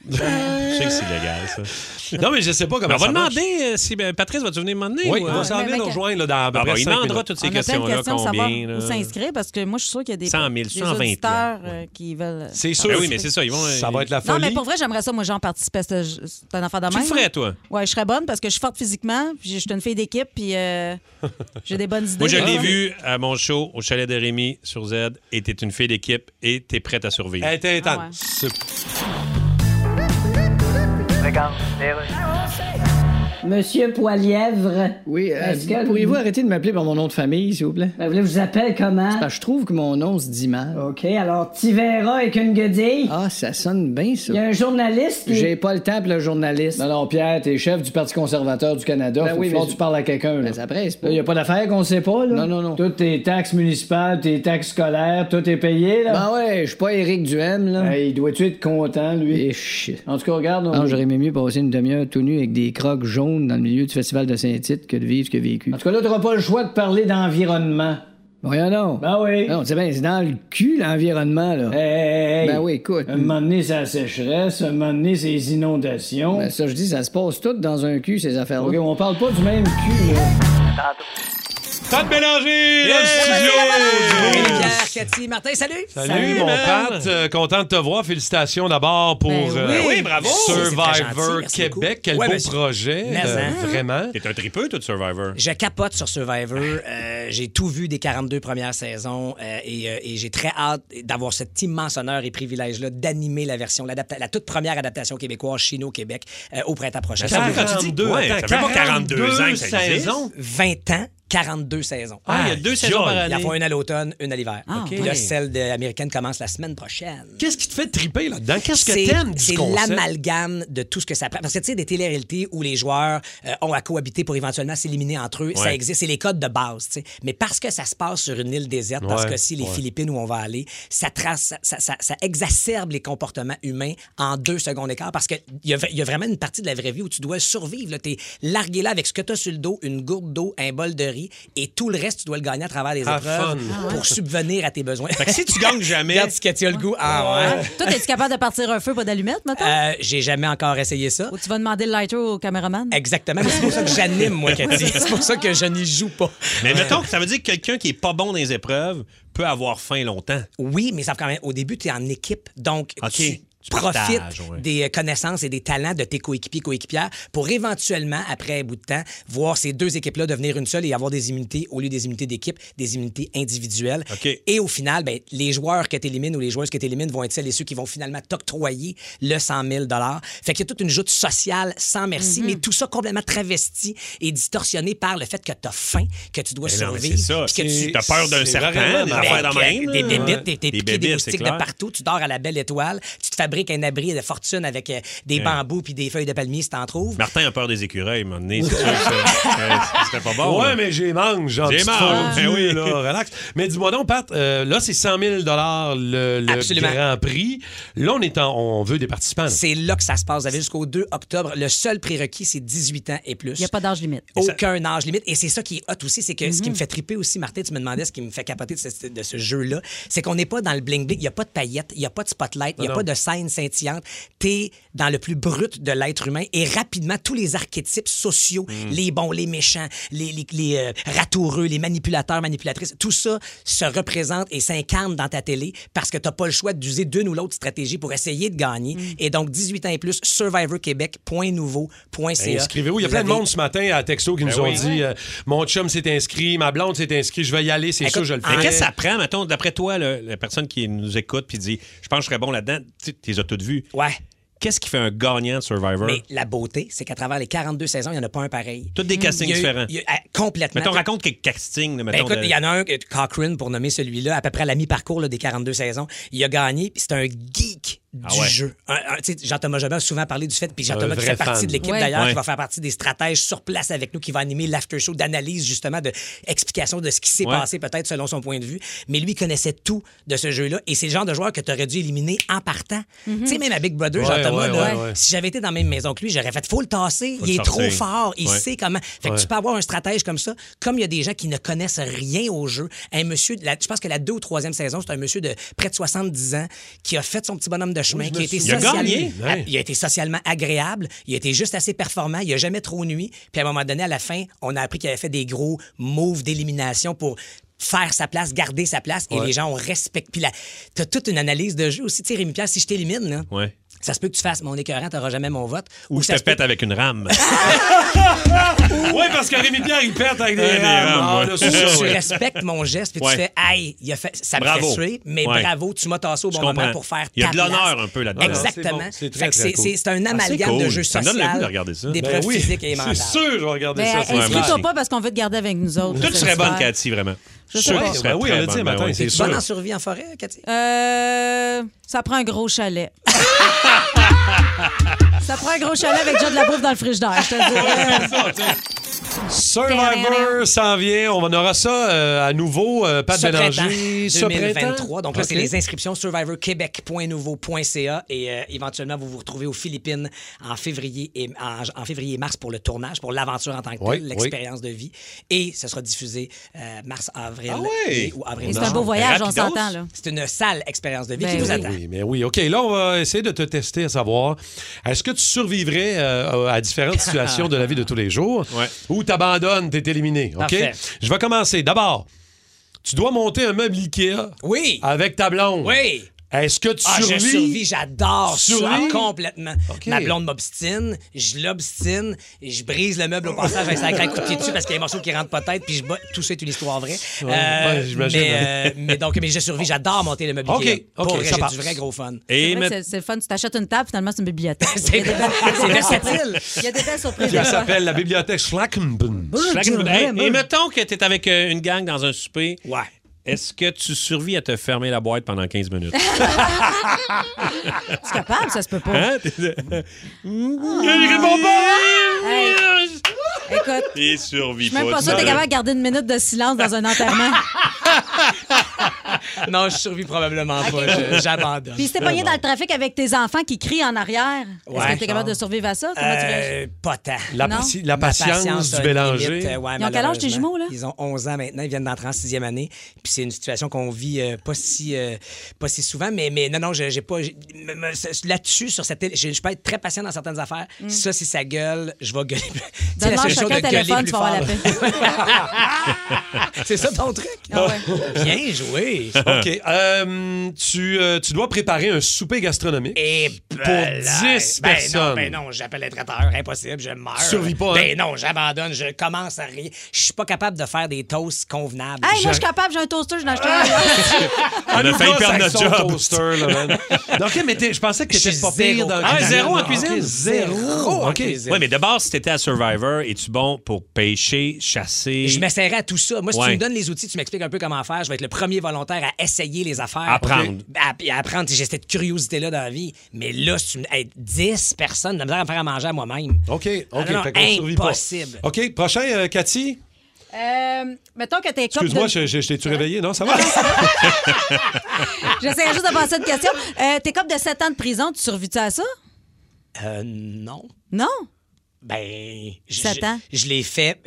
[SPEAKER 2] je
[SPEAKER 4] sais que c'est légal,
[SPEAKER 2] ça. Non, mais je sais pas comment
[SPEAKER 4] on va
[SPEAKER 2] ça marche.
[SPEAKER 4] demander euh, si ben, Patrice va-tu venir m'emmener?
[SPEAKER 2] Oui,
[SPEAKER 4] ou,
[SPEAKER 2] on
[SPEAKER 4] euh,
[SPEAKER 2] va s'en
[SPEAKER 3] mais- mais-
[SPEAKER 2] venir nous rejoindre là, dans à peu
[SPEAKER 4] Ah,
[SPEAKER 2] près
[SPEAKER 4] bah, il
[SPEAKER 2] cinq
[SPEAKER 4] demandra
[SPEAKER 2] minutes.
[SPEAKER 4] toutes ces
[SPEAKER 3] Ben, On a plein de
[SPEAKER 4] questions-là.
[SPEAKER 3] questions de savoir
[SPEAKER 4] Combien? là?
[SPEAKER 3] où s'inscrire parce que moi, je suis sûre qu'il y a des,
[SPEAKER 4] 100 000,
[SPEAKER 3] des
[SPEAKER 4] 120
[SPEAKER 3] auditeurs euh, qui veulent.
[SPEAKER 4] C'est
[SPEAKER 3] participer.
[SPEAKER 4] sûr. Ben oui, mais c'est ça, ils vont, euh,
[SPEAKER 2] Ça va être la
[SPEAKER 3] Non,
[SPEAKER 2] folie.
[SPEAKER 3] mais pour vrai, j'aimerais ça, moi, j'en participer. C'est c'est un enfant de
[SPEAKER 4] Tu le
[SPEAKER 3] même.
[SPEAKER 4] ferais,
[SPEAKER 3] hein.
[SPEAKER 4] toi?
[SPEAKER 3] Ouais, je serais bonne parce que je suis forte physiquement, puis je suis une fille d'équipe, puis euh, j'ai des bonnes idées.
[SPEAKER 4] Moi, je l'ai vu à mon show au chalet de Rémi sur Z. Et t'es une fille d'équipe et t'es prête à survivre.
[SPEAKER 2] Elle était
[SPEAKER 3] Ah ouais.
[SPEAKER 2] intense.
[SPEAKER 8] Monsieur Poilièvre.
[SPEAKER 7] Oui, euh,
[SPEAKER 8] Est-ce que-
[SPEAKER 7] pourriez-vous arrêter de m'appeler par mon nom de famille, s'il vous plaît?
[SPEAKER 8] Ben, vous voulez que je vous appelle comment?
[SPEAKER 7] C'est parce que je trouve que mon nom se dit mal.
[SPEAKER 8] OK, alors, t'y verras avec une guedille.
[SPEAKER 7] Ah, ça sonne bien,
[SPEAKER 8] Il
[SPEAKER 7] ça.
[SPEAKER 8] y a un journaliste qui...
[SPEAKER 7] J'ai pas le temps pour le journaliste. Ben Non, non, Pierre, t'es chef du Parti conservateur du Canada.
[SPEAKER 8] Ben
[SPEAKER 7] Faut
[SPEAKER 8] oui,
[SPEAKER 7] que
[SPEAKER 8] mais
[SPEAKER 7] tu
[SPEAKER 8] je-
[SPEAKER 7] parles à quelqu'un. là.
[SPEAKER 8] ça presse
[SPEAKER 7] Là, y a pas d'affaires qu'on sait pas, là.
[SPEAKER 8] Non, non, non.
[SPEAKER 7] Toutes tes taxes municipales, tes taxes scolaires, tout est payé, là.
[SPEAKER 8] Ben ouais, je suis pas Éric Duhem, là.
[SPEAKER 7] Hey, il doit-tu être content, lui?
[SPEAKER 8] Et shit.
[SPEAKER 7] En tout cas, regarde. on-
[SPEAKER 8] Non, j'aurais aimé mieux passer une demi-heure tout nu avec des crocs jaunes dans le milieu du festival de Saint-Tite que de vivre ce que vécu.
[SPEAKER 7] En tout cas, là, t'auras pas le choix de parler d'environnement.
[SPEAKER 8] Voyons donc. Ah,
[SPEAKER 7] Ben oui.
[SPEAKER 8] Non, tu sais bien, c'est dans le cul, l'environnement, là.
[SPEAKER 7] Hey, hey, hey.
[SPEAKER 8] Ben oui, écoute.
[SPEAKER 7] Un moment donné, c'est la sécheresse, un moment donné, c'est les inondations.
[SPEAKER 8] Ben ça, je dis, ça se passe tout dans un cul, ces affaires-là.
[SPEAKER 7] OK, on parle pas du même cul, là.
[SPEAKER 2] Pas de mélanger! le
[SPEAKER 3] Hey,
[SPEAKER 2] studio du Rose.
[SPEAKER 3] Pierre, Cathy, Martin, salut!
[SPEAKER 2] Salut,
[SPEAKER 4] Salut,
[SPEAKER 2] mon
[SPEAKER 4] man.
[SPEAKER 2] Pat, Euh, content de te voir. Félicitations d'abord pour euh,
[SPEAKER 3] Ben oui. Ben oui,
[SPEAKER 4] bravo.
[SPEAKER 14] C'est très gentil,
[SPEAKER 2] Survivor
[SPEAKER 14] merci
[SPEAKER 2] Québec.
[SPEAKER 14] beaucoup.
[SPEAKER 2] Quel
[SPEAKER 14] Ouais,
[SPEAKER 2] beau
[SPEAKER 14] monsieur.
[SPEAKER 2] projet,
[SPEAKER 14] Mais,
[SPEAKER 2] euh,
[SPEAKER 14] hein.
[SPEAKER 2] vraiment.
[SPEAKER 4] T'es un tripeux, toi, de Survivor.
[SPEAKER 14] Je capote sur Survivor. Euh, j'ai tout vu des 42 premières saisons euh, et, euh, et j'ai très hâte d'avoir cet immense honneur et privilège-là d'animer la version, l'adapta- la toute première adaptation québécoise chino-Québec euh, au printemps prochain.
[SPEAKER 4] Ça veut pas- tu dis- ouais, ça fait pas 42 ans que ça existe.
[SPEAKER 2] saisons.
[SPEAKER 14] 20 ans, 42 saisons.
[SPEAKER 4] Ah, il y a deux saisons par
[SPEAKER 14] Ils en
[SPEAKER 4] année.
[SPEAKER 14] font une à l'automne, une à l'hiver.
[SPEAKER 3] Ah,
[SPEAKER 14] Puis
[SPEAKER 3] ouais.
[SPEAKER 14] là, celle de américaine commence la semaine prochaine.
[SPEAKER 2] Qu'est-ce qui te fait triper là-dedans? Qu'est-ce que
[SPEAKER 14] C'est-
[SPEAKER 2] t'aimes du
[SPEAKER 14] C'est
[SPEAKER 2] concept?
[SPEAKER 14] l'amalgame de tout ce que ça prend. Parce que tu sais, des téléréalités où les joueurs euh, ont à cohabiter pour éventuellement s'éliminer entre eux, ça
[SPEAKER 4] Ouais.
[SPEAKER 14] existe. C'est les codes de base, tu sais. Mais parce que ça se passe sur une île déserte, parce
[SPEAKER 2] Ouais,
[SPEAKER 14] que si les
[SPEAKER 2] ouais.
[SPEAKER 14] Philippines où on va aller, ça trace, ça, ça- ça- ça exacerbe les comportements humains en deux secondes d'écart. Parce qu'il y a, y a vraiment une partie de la vraie vie où tu dois survivre. là. T'es largué là avec ce que t'as sur le dos, une gourde d'eau, un bol de riz, et tout le reste, tu dois le gagner à travers les
[SPEAKER 2] Ah,
[SPEAKER 14] épreuves
[SPEAKER 2] fun.
[SPEAKER 14] pour subvenir à tes besoins.
[SPEAKER 4] Fait que si tu gagnes jamais-
[SPEAKER 14] Regarde ce que tu as le goût. Ah ouais.
[SPEAKER 3] Toi, es-tu capable de partir un feu, pas d'allumettes, maintenant?
[SPEAKER 14] Euh, j'ai jamais encore essayé ça.
[SPEAKER 3] Ou tu vas demander le lighter au caméraman?
[SPEAKER 14] Exactement. mais C'est pour ça que j'anime, moi, Cathy. C'est pour ça que je n'y joue pas.
[SPEAKER 4] Mais mettons que ça veut dire que quelqu'un qui est pas bon dans les épreuves peut avoir faim longtemps.
[SPEAKER 14] Oui, mais ça fait quand même. Au début, tu es en équipe. Donc,
[SPEAKER 4] OK.
[SPEAKER 14] tu,
[SPEAKER 4] Tu
[SPEAKER 14] profites
[SPEAKER 4] partages, ouais.
[SPEAKER 14] des euh, connaissances et des talents de tes coéquipiers, coéquipières pour éventuellement, après un bout de temps, voir ces deux équipes-là devenir une seule et avoir des immunités, au lieu des immunités d'équipe, des immunités individuelles.
[SPEAKER 4] OK.
[SPEAKER 14] Et au final, ben, les joueurs que tu élimines ou les joueuses que tu élimines vont être celles et ceux qui vont finalement t'octroyer le 100 000 Fait qu'il y a toute une joute sociale sans merci, mais tout ça complètement travesti et distorsionné par le fait que tu as faim, que tu dois
[SPEAKER 4] Mais Ben non, mais
[SPEAKER 14] survivre.
[SPEAKER 4] c'est ça.
[SPEAKER 14] puis que
[SPEAKER 2] C'est-
[SPEAKER 14] tu
[SPEAKER 4] T'as peur d'un
[SPEAKER 2] C'est
[SPEAKER 4] serpent,
[SPEAKER 2] vraiment
[SPEAKER 4] des
[SPEAKER 2] marrant.
[SPEAKER 4] affaires de
[SPEAKER 14] ben,
[SPEAKER 4] même.
[SPEAKER 14] Des
[SPEAKER 4] là.
[SPEAKER 14] bébites, t'es- t'es
[SPEAKER 4] Des
[SPEAKER 14] piqué des
[SPEAKER 4] bébites, c'est
[SPEAKER 14] moustiques de
[SPEAKER 4] clair.
[SPEAKER 14] partout, tu dors à la belle étoile, tu te fais fabrique un abri de fortune avec euh, des
[SPEAKER 4] Ouais.
[SPEAKER 14] bambous puis des feuilles de palmier si t'en trouves.
[SPEAKER 4] Martin a peur des écureuils, mon nez, c'est sûr que ça- ouais, c'était pas bon.
[SPEAKER 2] Ouais,
[SPEAKER 4] là.
[SPEAKER 2] mais j'ai mange, genre.
[SPEAKER 4] J'ai
[SPEAKER 2] tu te
[SPEAKER 4] mange.
[SPEAKER 2] fais
[SPEAKER 4] Ben
[SPEAKER 2] aujourd'hui,
[SPEAKER 4] oui.
[SPEAKER 2] là, relax. Mais dis-moi donc, Pat, euh, là, c'est 100 000 le, le
[SPEAKER 14] Absolument.
[SPEAKER 2] Grand Prix. Là, on, est en- on veut des participants. là.
[SPEAKER 14] C'est là que ça se passe. Vous avez jusqu'au 2 octobre. Le seul prérequis, c'est 18 ans et plus. Il n'y a
[SPEAKER 3] pas d'âge limite. Mhm.
[SPEAKER 14] Aucun âge limite. Et c'est ça qui est hot aussi. C'est que ce qui me fait triper aussi, Martin, tu me demandais ce qui me fait capoter de ce, de ce jeu-là. C'est qu'on n'est pas dans le bling-bling. Il n'y a pas de paillettes, il n'y a pas de spotlight, il n'y a
[SPEAKER 15] Non,
[SPEAKER 14] pas
[SPEAKER 15] non.
[SPEAKER 14] de scène scintillante. Tu es dans le plus brut de l'être humain et rapidement, tous les archétypes sociaux,
[SPEAKER 2] Mm.
[SPEAKER 14] les bons, les méchants, les, les, les, euh, ratoureux, les manipulateurs, manipulatrices, tout ça se représente et s'incarne dans ta télé parce que tu n'as pas le choix d'user d'une ou l'autre stratégie pour essayer de gagner.
[SPEAKER 2] Mm.
[SPEAKER 14] Et donc, 18 ans et plus, survivorquebec.nouveau.ca.
[SPEAKER 2] Ben, Inscrivez-vous. Il y a
[SPEAKER 14] Vous
[SPEAKER 2] plein de
[SPEAKER 14] avez-
[SPEAKER 2] monde ce matin à texto qui
[SPEAKER 4] Ben
[SPEAKER 2] nous ont
[SPEAKER 4] oui.
[SPEAKER 2] dit euh, Mon chum s'est inscrit, ma blonde s'est inscrit, je vais y aller, c'est sûr, je le
[SPEAKER 14] hein,
[SPEAKER 2] fais.
[SPEAKER 4] Mais Qu'est-ce que ça prend, mettons, d'après toi, là, la personne qui nous écoute puis dit Je pense que je serais bon là-dedans, tu sais, les as toutes vues.
[SPEAKER 14] Ouais.
[SPEAKER 4] Qu'est-ce qui fait un gagnant de Survivor?
[SPEAKER 14] Mais la beauté, c'est qu'à travers les 42 saisons, il n'y en a pas un pareil.
[SPEAKER 4] Toutes des
[SPEAKER 14] Il
[SPEAKER 4] castings
[SPEAKER 14] y a eu-
[SPEAKER 4] différents.
[SPEAKER 14] il y a eu- ah, complètement.
[SPEAKER 4] Mettons, raconte quelques castings. là,
[SPEAKER 14] Ben,
[SPEAKER 4] mettons,
[SPEAKER 14] écoute,
[SPEAKER 4] de-
[SPEAKER 14] il y en a un, euh, Cochrane, pour nommer celui-là, à peu près à la mi-parcours là, des 42 saisons. Il a gagné, puis c'est un geek du
[SPEAKER 4] Ah ouais.
[SPEAKER 14] jeu. Un- un- tu sais, Jean-Thomas Jobin a souvent parlé du fait, puis
[SPEAKER 4] Un
[SPEAKER 14] Jean-Thomas qui
[SPEAKER 4] vrai
[SPEAKER 14] fait partie
[SPEAKER 4] fan.
[SPEAKER 14] de l'équipe
[SPEAKER 4] Ouais.
[SPEAKER 14] d'ailleurs,
[SPEAKER 4] Ouais.
[SPEAKER 14] qui va faire partie des stratèges sur place avec nous, qui va animer l'after show d'analyse, justement, d'explication de ce qui s'est
[SPEAKER 4] Ouais.
[SPEAKER 14] passé, peut-être selon son point de vue. Mais lui, il connaissait tout de ce jeu-là, et c'est le genre de joueur que tu aurais dû éliminer en partant.
[SPEAKER 15] Mhm.
[SPEAKER 14] Tu sais, même à Big Brother,
[SPEAKER 15] Ouais, ouais,
[SPEAKER 14] Jean-Thomas, là,
[SPEAKER 15] ouais, ouais.
[SPEAKER 14] si j'avais été dans la même maison que lui, j'aurais fait, faut le tasser,
[SPEAKER 15] Faut
[SPEAKER 14] il
[SPEAKER 15] le
[SPEAKER 14] est trop
[SPEAKER 15] sortir.
[SPEAKER 14] fort, il
[SPEAKER 15] Ouais.
[SPEAKER 14] sait comment. Fait que
[SPEAKER 15] Ouais.
[SPEAKER 14] tu peux avoir un stratège comme ça, comme il y a des gens qui ne connaissent rien au jeu. Un monsieur, la- je pense que la deux ou troisième saison, c'est un monsieur de près de 70 ans qui a fait son petit bonhomme de chemin,
[SPEAKER 4] Oui, je
[SPEAKER 14] qui a
[SPEAKER 4] me
[SPEAKER 14] été,
[SPEAKER 4] souviens. Il a
[SPEAKER 14] socialement-
[SPEAKER 4] gagné.
[SPEAKER 14] a-
[SPEAKER 4] Ouais.
[SPEAKER 14] il a été socialement agréable, il a été juste assez performant, il a jamais trop nuit. Puis à un moment donné, à la fin, on a appris qu'il avait fait des gros moves d'élimination pour faire sa place, garder sa place, et
[SPEAKER 4] Ouais.
[SPEAKER 14] les gens ont respecté. Puis là, t'as toute une analyse de jeu aussi. Tu sais, Rémi Pierre, si je t'élimine, là,
[SPEAKER 4] Ouais.
[SPEAKER 14] ça se peut que tu fasses mon écœurant, t'auras jamais mon vote.
[SPEAKER 4] Ou je
[SPEAKER 14] ça
[SPEAKER 4] te
[SPEAKER 14] se peut
[SPEAKER 4] pète avec une rame.
[SPEAKER 2] Oui, parce que Rémi Pierre, il pète avec des rames. Ah, là, c'est ça,
[SPEAKER 14] tu
[SPEAKER 2] ouais.
[SPEAKER 14] respectes mon geste puis
[SPEAKER 2] Ouais.
[SPEAKER 14] tu fais aïe, il a fait ça me
[SPEAKER 4] Bravo.
[SPEAKER 14] fait suer, mais
[SPEAKER 4] Ouais.
[SPEAKER 14] bravo, tu m'as tassé au
[SPEAKER 4] Je
[SPEAKER 14] bon moment
[SPEAKER 4] comprends.
[SPEAKER 14] pour faire ta
[SPEAKER 4] Il y a de l'honneur
[SPEAKER 14] place.
[SPEAKER 4] un peu là-dedans.
[SPEAKER 14] Exactement.
[SPEAKER 4] Ah, c'est bon. C'est
[SPEAKER 14] Fait
[SPEAKER 4] très,
[SPEAKER 14] que
[SPEAKER 4] très
[SPEAKER 14] c'est-
[SPEAKER 4] cool.
[SPEAKER 14] c'est- c'est un
[SPEAKER 4] Ah, c'est
[SPEAKER 14] amalgame de
[SPEAKER 4] cool.
[SPEAKER 14] jeux
[SPEAKER 4] Ça
[SPEAKER 14] sociaux.
[SPEAKER 4] me donne le goût de regarder ça.
[SPEAKER 14] Des
[SPEAKER 4] Ben
[SPEAKER 14] preuves
[SPEAKER 4] oui,
[SPEAKER 14] physiques et
[SPEAKER 4] c'est
[SPEAKER 14] mentales.
[SPEAKER 4] sûr, je vais regarder
[SPEAKER 3] Ben,
[SPEAKER 4] ça, c'est
[SPEAKER 3] Inscris-toi
[SPEAKER 4] vrai.
[SPEAKER 3] pas parce qu'on veut te garder avec nous autres.
[SPEAKER 4] Toi, tu serais bonne,
[SPEAKER 3] Cathy.
[SPEAKER 4] Cathy, vraiment.
[SPEAKER 3] Je sais
[SPEAKER 4] Toi,
[SPEAKER 3] pas.
[SPEAKER 4] tu serais
[SPEAKER 3] Ben oui, on
[SPEAKER 4] très
[SPEAKER 3] l'a dit
[SPEAKER 4] bonne,
[SPEAKER 3] matin,
[SPEAKER 4] ben oui.
[SPEAKER 3] c'est
[SPEAKER 14] T'es bonne en survie en forêt, Cathy?
[SPEAKER 3] Euh, ça prend un gros chalet. ça prend un gros chalet avec déjà de la bouffe dans le frigidaire, je te le dis.
[SPEAKER 2] Survivor s'en vient. On aura ça euh, à nouveau. euh, Pat
[SPEAKER 14] Ce
[SPEAKER 2] Bélanger, ce
[SPEAKER 14] printemps
[SPEAKER 2] printemps.
[SPEAKER 14] 2023. Donc là, c'est
[SPEAKER 2] Ok.
[SPEAKER 14] les inscriptions survivorquebec.nouveau.ca et euh, éventuellement, vous vous retrouvez aux Philippines en février et en, en février et mars pour le tournage, pour l'aventure en tant que telle,
[SPEAKER 2] Oui, oui.
[SPEAKER 14] l'expérience de vie. Et ce sera diffusé euh, mars, avril
[SPEAKER 3] Ah ouais.
[SPEAKER 14] mai ou avril.
[SPEAKER 3] Et c'est
[SPEAKER 14] mai.
[SPEAKER 3] un beau voyage, on Rapidos. s'entend, là.
[SPEAKER 14] C'est une sale expérience de vie
[SPEAKER 3] Ben
[SPEAKER 14] qui vous
[SPEAKER 3] oui.
[SPEAKER 14] attend.
[SPEAKER 2] Oui, mais oui. OK, là, on va essayer de te tester à savoir est-ce que tu survivrais euh, à différentes situations de la vie de tous les jours ou t'abandonnes, t'es éliminé. OK?
[SPEAKER 4] Parfait.
[SPEAKER 2] Je vais commencer. D'abord, tu dois monter un meuble Ikea
[SPEAKER 14] oui.
[SPEAKER 2] avec ta blonde.
[SPEAKER 14] Oui.
[SPEAKER 2] Est-ce que tu
[SPEAKER 14] Ah, je
[SPEAKER 2] survis?
[SPEAKER 14] survis, j'adore ça
[SPEAKER 2] Survis?
[SPEAKER 14] complètement.
[SPEAKER 2] OK.
[SPEAKER 14] Ma blonde m'obstine, je l'obstine, et je brise le meuble au passage, un sacré coup de pied dessus parce qu'il y a un morceau qui rentre pas tête, puis je bats. Tout ça est une histoire vraie. Euh,
[SPEAKER 2] Ouais, ouais, j'imagine.
[SPEAKER 14] mais, euh, mais donc, mais je survis, j'adore monter le meuble
[SPEAKER 2] OK,
[SPEAKER 14] Ikea. Pour
[SPEAKER 2] OK,
[SPEAKER 14] vrai,
[SPEAKER 2] ça
[SPEAKER 14] j'ai
[SPEAKER 2] passe.
[SPEAKER 14] du vrai gros fun.
[SPEAKER 3] C'est vrai que c'est- c'est le fun. Tu t'achètes une table, finalement, c'est une bibliothèque.
[SPEAKER 14] C'est
[SPEAKER 3] c'est
[SPEAKER 14] versatile.
[SPEAKER 3] Il y a des belles surprises.
[SPEAKER 2] Ça s'appelle la bibliothèque Schlackenben.
[SPEAKER 4] Schlagenbun. Hey, et mettons que t'es avec euh, une gang dans un souper.
[SPEAKER 14] Ouais.
[SPEAKER 4] Est-ce que tu survis à te fermer la boîte pendant 15 minutes?
[SPEAKER 3] Tu es capable, ça se peut pas.
[SPEAKER 4] Hein?
[SPEAKER 3] Hey, Écoute,
[SPEAKER 4] Il survit
[SPEAKER 3] je suis même pas sûr que t'es capable de garder une minute de silence dans un enterrement.
[SPEAKER 14] Non, je survis probablement pas. je- J'abandonne.
[SPEAKER 3] Puis si t'es pogné dans le trafic avec tes enfants qui crient en arrière, est-ce
[SPEAKER 14] Ouais. Ah.
[SPEAKER 3] que t'es capable de survivre à Ah, ça? Comment tu réagis?
[SPEAKER 14] Euh, pas tant.
[SPEAKER 2] La
[SPEAKER 14] Non?
[SPEAKER 2] paci- la
[SPEAKER 14] Ma
[SPEAKER 2] patience
[SPEAKER 14] a
[SPEAKER 2] du
[SPEAKER 14] une
[SPEAKER 2] Bélanger.
[SPEAKER 14] limite, euh, ouais,
[SPEAKER 2] Ils ont quel
[SPEAKER 14] malheureusement.
[SPEAKER 3] âge, tes jumeaux, là?
[SPEAKER 14] Ils ont 11 ans maintenant. Ils viennent d'entrer en sixième année. Puis c'est une situation qu'on vit euh, pas, si, euh, pas si souvent. Mais, mais non, non, j'ai j'ai pas. j'ai- me- me- c'est- Là-dessus, sur cette île, je je peux être très patient dans certaines affaires.
[SPEAKER 3] Mm.
[SPEAKER 14] Ça, si ça gueule, je vais gueuler. Tu sais, la
[SPEAKER 3] Donne-leur
[SPEAKER 14] seule chose
[SPEAKER 3] chacun
[SPEAKER 14] de
[SPEAKER 3] un
[SPEAKER 14] gueuler
[SPEAKER 3] téléphone,
[SPEAKER 14] plus
[SPEAKER 3] tu vas avoir la
[SPEAKER 14] fort.
[SPEAKER 3] paix.
[SPEAKER 14] c'est ça ton truc?
[SPEAKER 3] Ah
[SPEAKER 14] Bien joué.
[SPEAKER 2] OK. euh, tu, euh, tu dois préparer un souper gastronomique
[SPEAKER 14] Et
[SPEAKER 2] pour
[SPEAKER 14] ben
[SPEAKER 2] 10
[SPEAKER 14] ben
[SPEAKER 2] personnes.
[SPEAKER 14] Non, ben non, j'appelle les traiteurs, impossible, je meurs.
[SPEAKER 2] Tu survis pas, hein?
[SPEAKER 14] Ben non, j'abandonne, je commence à rien. Je suis pas capable de faire des toasts convenables.
[SPEAKER 3] Hey, moi, je suis capable, j'ai un toaster, je l'ai acheté.
[SPEAKER 2] On a
[SPEAKER 4] failli perdre notre job.
[SPEAKER 2] Toaster, là, man. Donc, OK, mais t'es- je pensais que t'étais pas pire dans
[SPEAKER 4] Ah,
[SPEAKER 2] la
[SPEAKER 4] zéro en
[SPEAKER 2] cuisine.
[SPEAKER 4] cuisine?
[SPEAKER 3] Oh,
[SPEAKER 2] OK, zéro. OK.
[SPEAKER 4] Oui, mais d'abord, si t'étais à Survivor, es-tu bon pour pêcher, chasser?
[SPEAKER 14] Je m'essaierai à tout ça. Moi, si
[SPEAKER 4] Ouais.
[SPEAKER 14] tu me donnes les outils, tu m'expliques un peu comment faire. Je vais être le premier volontaire à essayer les affaires.
[SPEAKER 4] Apprendre.
[SPEAKER 14] À, puis à apprendre. J'ai cette curiosité-là dans la vie. Mais là, si tu me- hey, 10 personnes, de la misère à me faire à manger à moi-même.
[SPEAKER 2] OK,
[SPEAKER 14] Ah
[SPEAKER 2] OK,
[SPEAKER 14] non, non,
[SPEAKER 2] fait qu'on survit pas.
[SPEAKER 14] impossible.
[SPEAKER 2] OK, prochain, euh, Cathy.
[SPEAKER 3] Euh, mettons que t'es comme.
[SPEAKER 2] Excuse-moi,
[SPEAKER 3] de-
[SPEAKER 2] je, je- je t'ai-tu réveillé? Non, ça va?
[SPEAKER 3] J'essayais juste de passer une question. Euh, t'es comme de 7 ans de prison, tu survis-tu à ça?
[SPEAKER 14] Euh, non.
[SPEAKER 3] Non?
[SPEAKER 14] Ben. je-
[SPEAKER 3] Sept ans.
[SPEAKER 14] Je, je l'ai fait.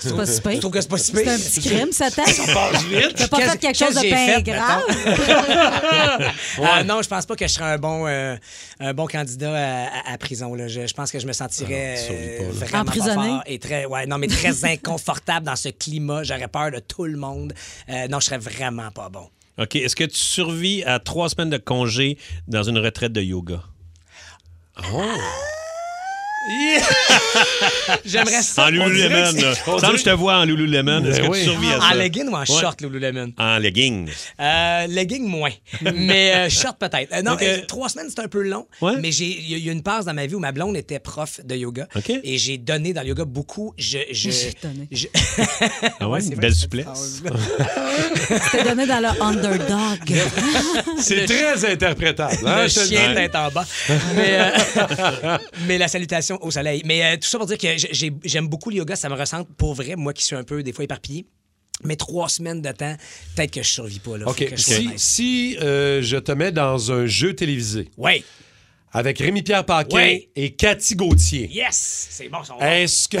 [SPEAKER 3] C'est pas si pire.
[SPEAKER 14] Je trouve que c'est pas si pire.
[SPEAKER 3] C'est un petit crime, 7 ans.
[SPEAKER 14] Ça passe vite.
[SPEAKER 3] T'as pas fait quelque chose de
[SPEAKER 14] Qu'est-ce que j'ai
[SPEAKER 3] bien
[SPEAKER 14] fait,
[SPEAKER 3] grave?
[SPEAKER 14] Ah, non, je pense pas que je serais un bon, euh, un bon candidat à, à- à prison. là. Je, je pense que je me
[SPEAKER 15] Ah non,
[SPEAKER 14] sentirais
[SPEAKER 15] tu survis
[SPEAKER 14] euh,
[SPEAKER 15] pas, là.
[SPEAKER 14] vraiment pas
[SPEAKER 15] Emprisonné?
[SPEAKER 14] fort et très, ouais, non, mais très inconfortable dans ce climat. J'aurais peur de tout le monde. Euh, non, je serais vraiment pas bon.
[SPEAKER 4] OK. Est-ce que tu survis à trois semaines de congé dans une retraite de yoga? Oh!
[SPEAKER 14] J'aimerais ça.
[SPEAKER 4] En Lululemon. là. Sam, je te vois en Lululemon. Est-ce que tu survis à ça?
[SPEAKER 14] Ben En legging ou en short, Lululemon?
[SPEAKER 4] En legging. Ah
[SPEAKER 14] Euh, legging, moins. mais euh, short, peut-être. Euh, non,
[SPEAKER 4] Ok.
[SPEAKER 14] euh, trois semaines, c'est un peu long. Mais j'ai- il y, a- il y a une passe dans ma vie où ma blonde était prof de yoga.
[SPEAKER 4] Ok.
[SPEAKER 14] Et j'ai donné dans le yoga beaucoup. Je, je,
[SPEAKER 3] J'ai donné.
[SPEAKER 14] je-
[SPEAKER 4] Ah ouais,
[SPEAKER 14] c'est
[SPEAKER 4] une
[SPEAKER 14] vrai,
[SPEAKER 4] belle
[SPEAKER 14] cette
[SPEAKER 4] souplesse.
[SPEAKER 3] T'es donné dans le underdog.
[SPEAKER 2] C'est très interprétable. hein,
[SPEAKER 14] Le
[SPEAKER 2] je te le
[SPEAKER 14] chien
[SPEAKER 2] dis.
[SPEAKER 14] tête en bas. Mais, euh, mais la salutation au soleil. Mais euh, tout ça pour dire que j'ai- j'ai- j'aime beaucoup le yoga. Ça me ressemble pour vrai, moi qui suis un peu des fois éparpillé. Mais trois semaines de temps, peut-être que je survis pas. Là. Faut
[SPEAKER 2] OK.
[SPEAKER 14] que je sois
[SPEAKER 2] Si,
[SPEAKER 14] honnête.
[SPEAKER 2] si, euh, je te mets dans un jeu télévisé.
[SPEAKER 14] Oui.
[SPEAKER 2] Avec Rémi-Pierre Paquin
[SPEAKER 14] Ouais.
[SPEAKER 2] et Cathy Gauthier.
[SPEAKER 14] Yes! C'est bon, son
[SPEAKER 2] Est-ce que,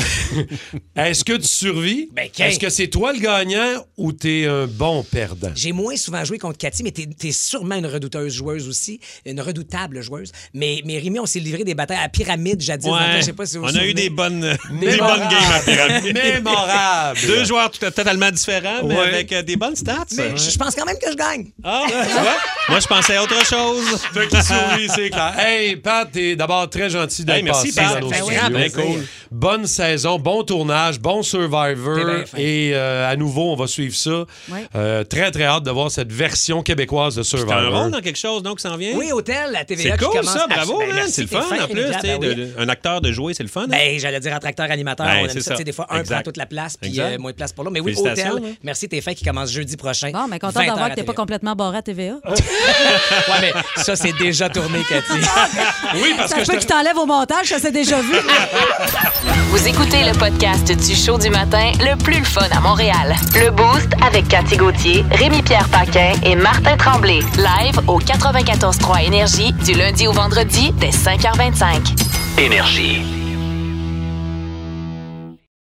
[SPEAKER 2] est-ce que tu survis?
[SPEAKER 14] Ben, qu'est-
[SPEAKER 2] est-ce que c'est toi le gagnant ou t'es un bon perdant?
[SPEAKER 14] J'ai moins souvent joué contre Cathy, mais t'es es sûrement une redouteuse joueuse aussi, une redoutable joueuse. Mais, mais Rémi, on s'est livré des batailles à pyramide jadis. dans le temps,
[SPEAKER 4] Ouais.
[SPEAKER 14] je sais pas si vous
[SPEAKER 4] on
[SPEAKER 14] vous
[SPEAKER 4] a eu
[SPEAKER 14] souvenez.
[SPEAKER 4] des bonnes, euh, des
[SPEAKER 14] Mémorable.
[SPEAKER 4] bonnes games à pyramide.
[SPEAKER 2] Mémorable.
[SPEAKER 4] Deux joueurs tout- totalement différents, mais
[SPEAKER 14] Ouais.
[SPEAKER 4] avec euh, des bonnes stats.
[SPEAKER 14] Mais je je pense quand même que je gagne.
[SPEAKER 4] Ah, ouais, tu vois? Moi, je pensais à autre chose.
[SPEAKER 2] Fait qu'il survit, c'est clair. Hey, Pat, t'es d'abord très gentil d'être
[SPEAKER 4] Hey, merci,
[SPEAKER 2] passé
[SPEAKER 4] Pat. Ben
[SPEAKER 2] dans nos
[SPEAKER 4] Ça fait
[SPEAKER 2] studios.
[SPEAKER 4] grand plaisir.
[SPEAKER 2] Cool. Bonne saison, bon tournage, bon
[SPEAKER 4] T'es
[SPEAKER 2] Survivor.
[SPEAKER 4] bien fin.
[SPEAKER 2] Et euh, à nouveau, on va suivre ça.
[SPEAKER 14] Ouais.
[SPEAKER 2] Euh, très, très hâte de voir cette version québécoise de
[SPEAKER 4] T'as un rôle
[SPEAKER 2] Survivor.
[SPEAKER 4] dans quelque chose, donc, qui s'en vient?
[SPEAKER 14] Oui, hôtel, la TVA
[SPEAKER 4] C'est
[SPEAKER 14] qui
[SPEAKER 4] cool,
[SPEAKER 14] commence
[SPEAKER 4] ça.
[SPEAKER 14] à-
[SPEAKER 4] Bravo,
[SPEAKER 14] Ben,
[SPEAKER 4] man.
[SPEAKER 14] merci,
[SPEAKER 4] C'est le
[SPEAKER 14] t'es
[SPEAKER 4] fun,
[SPEAKER 14] fin,
[SPEAKER 4] en plus.
[SPEAKER 14] Nicolas,
[SPEAKER 4] tu sais,
[SPEAKER 14] ben
[SPEAKER 4] de-
[SPEAKER 14] oui.
[SPEAKER 4] de- un acteur de jouer, c'est le fun. hein?
[SPEAKER 14] Ben, j'allais dire attracteur animateur,
[SPEAKER 4] Ben,
[SPEAKER 14] on aime
[SPEAKER 4] c'est
[SPEAKER 14] ça,
[SPEAKER 4] ça.
[SPEAKER 14] tu sais, des fois un
[SPEAKER 4] Exact.
[SPEAKER 14] prend toute la place puis
[SPEAKER 4] Exact.
[SPEAKER 14] euh, moins de place pour l'autre. Mais oui,
[SPEAKER 4] Félicitations,
[SPEAKER 14] hôtel.
[SPEAKER 4] là.
[SPEAKER 14] Merci tes fins qui commence jeudi prochain.
[SPEAKER 3] Bon, mais content
[SPEAKER 14] 20
[SPEAKER 3] d'avoir
[SPEAKER 14] heures
[SPEAKER 3] que
[SPEAKER 14] à
[SPEAKER 3] t'es pas
[SPEAKER 14] TVA.
[SPEAKER 3] complètement barré à TVA.
[SPEAKER 14] Ouais, mais ça c'est déjà tourné Cathy.
[SPEAKER 2] oui,
[SPEAKER 3] ça se peut qu'il t'enlève au montage, ça c'est déjà vu.
[SPEAKER 6] Vous écoutez le podcast du show du matin le plus le fun à Montréal. Le Boost avec Cathy Gauthier, Rémi-Pierre Paquin et Martin Tremblay. Live au 94.3 Énergie du lundi au vendredi dès 5h25.
[SPEAKER 12] Énergie.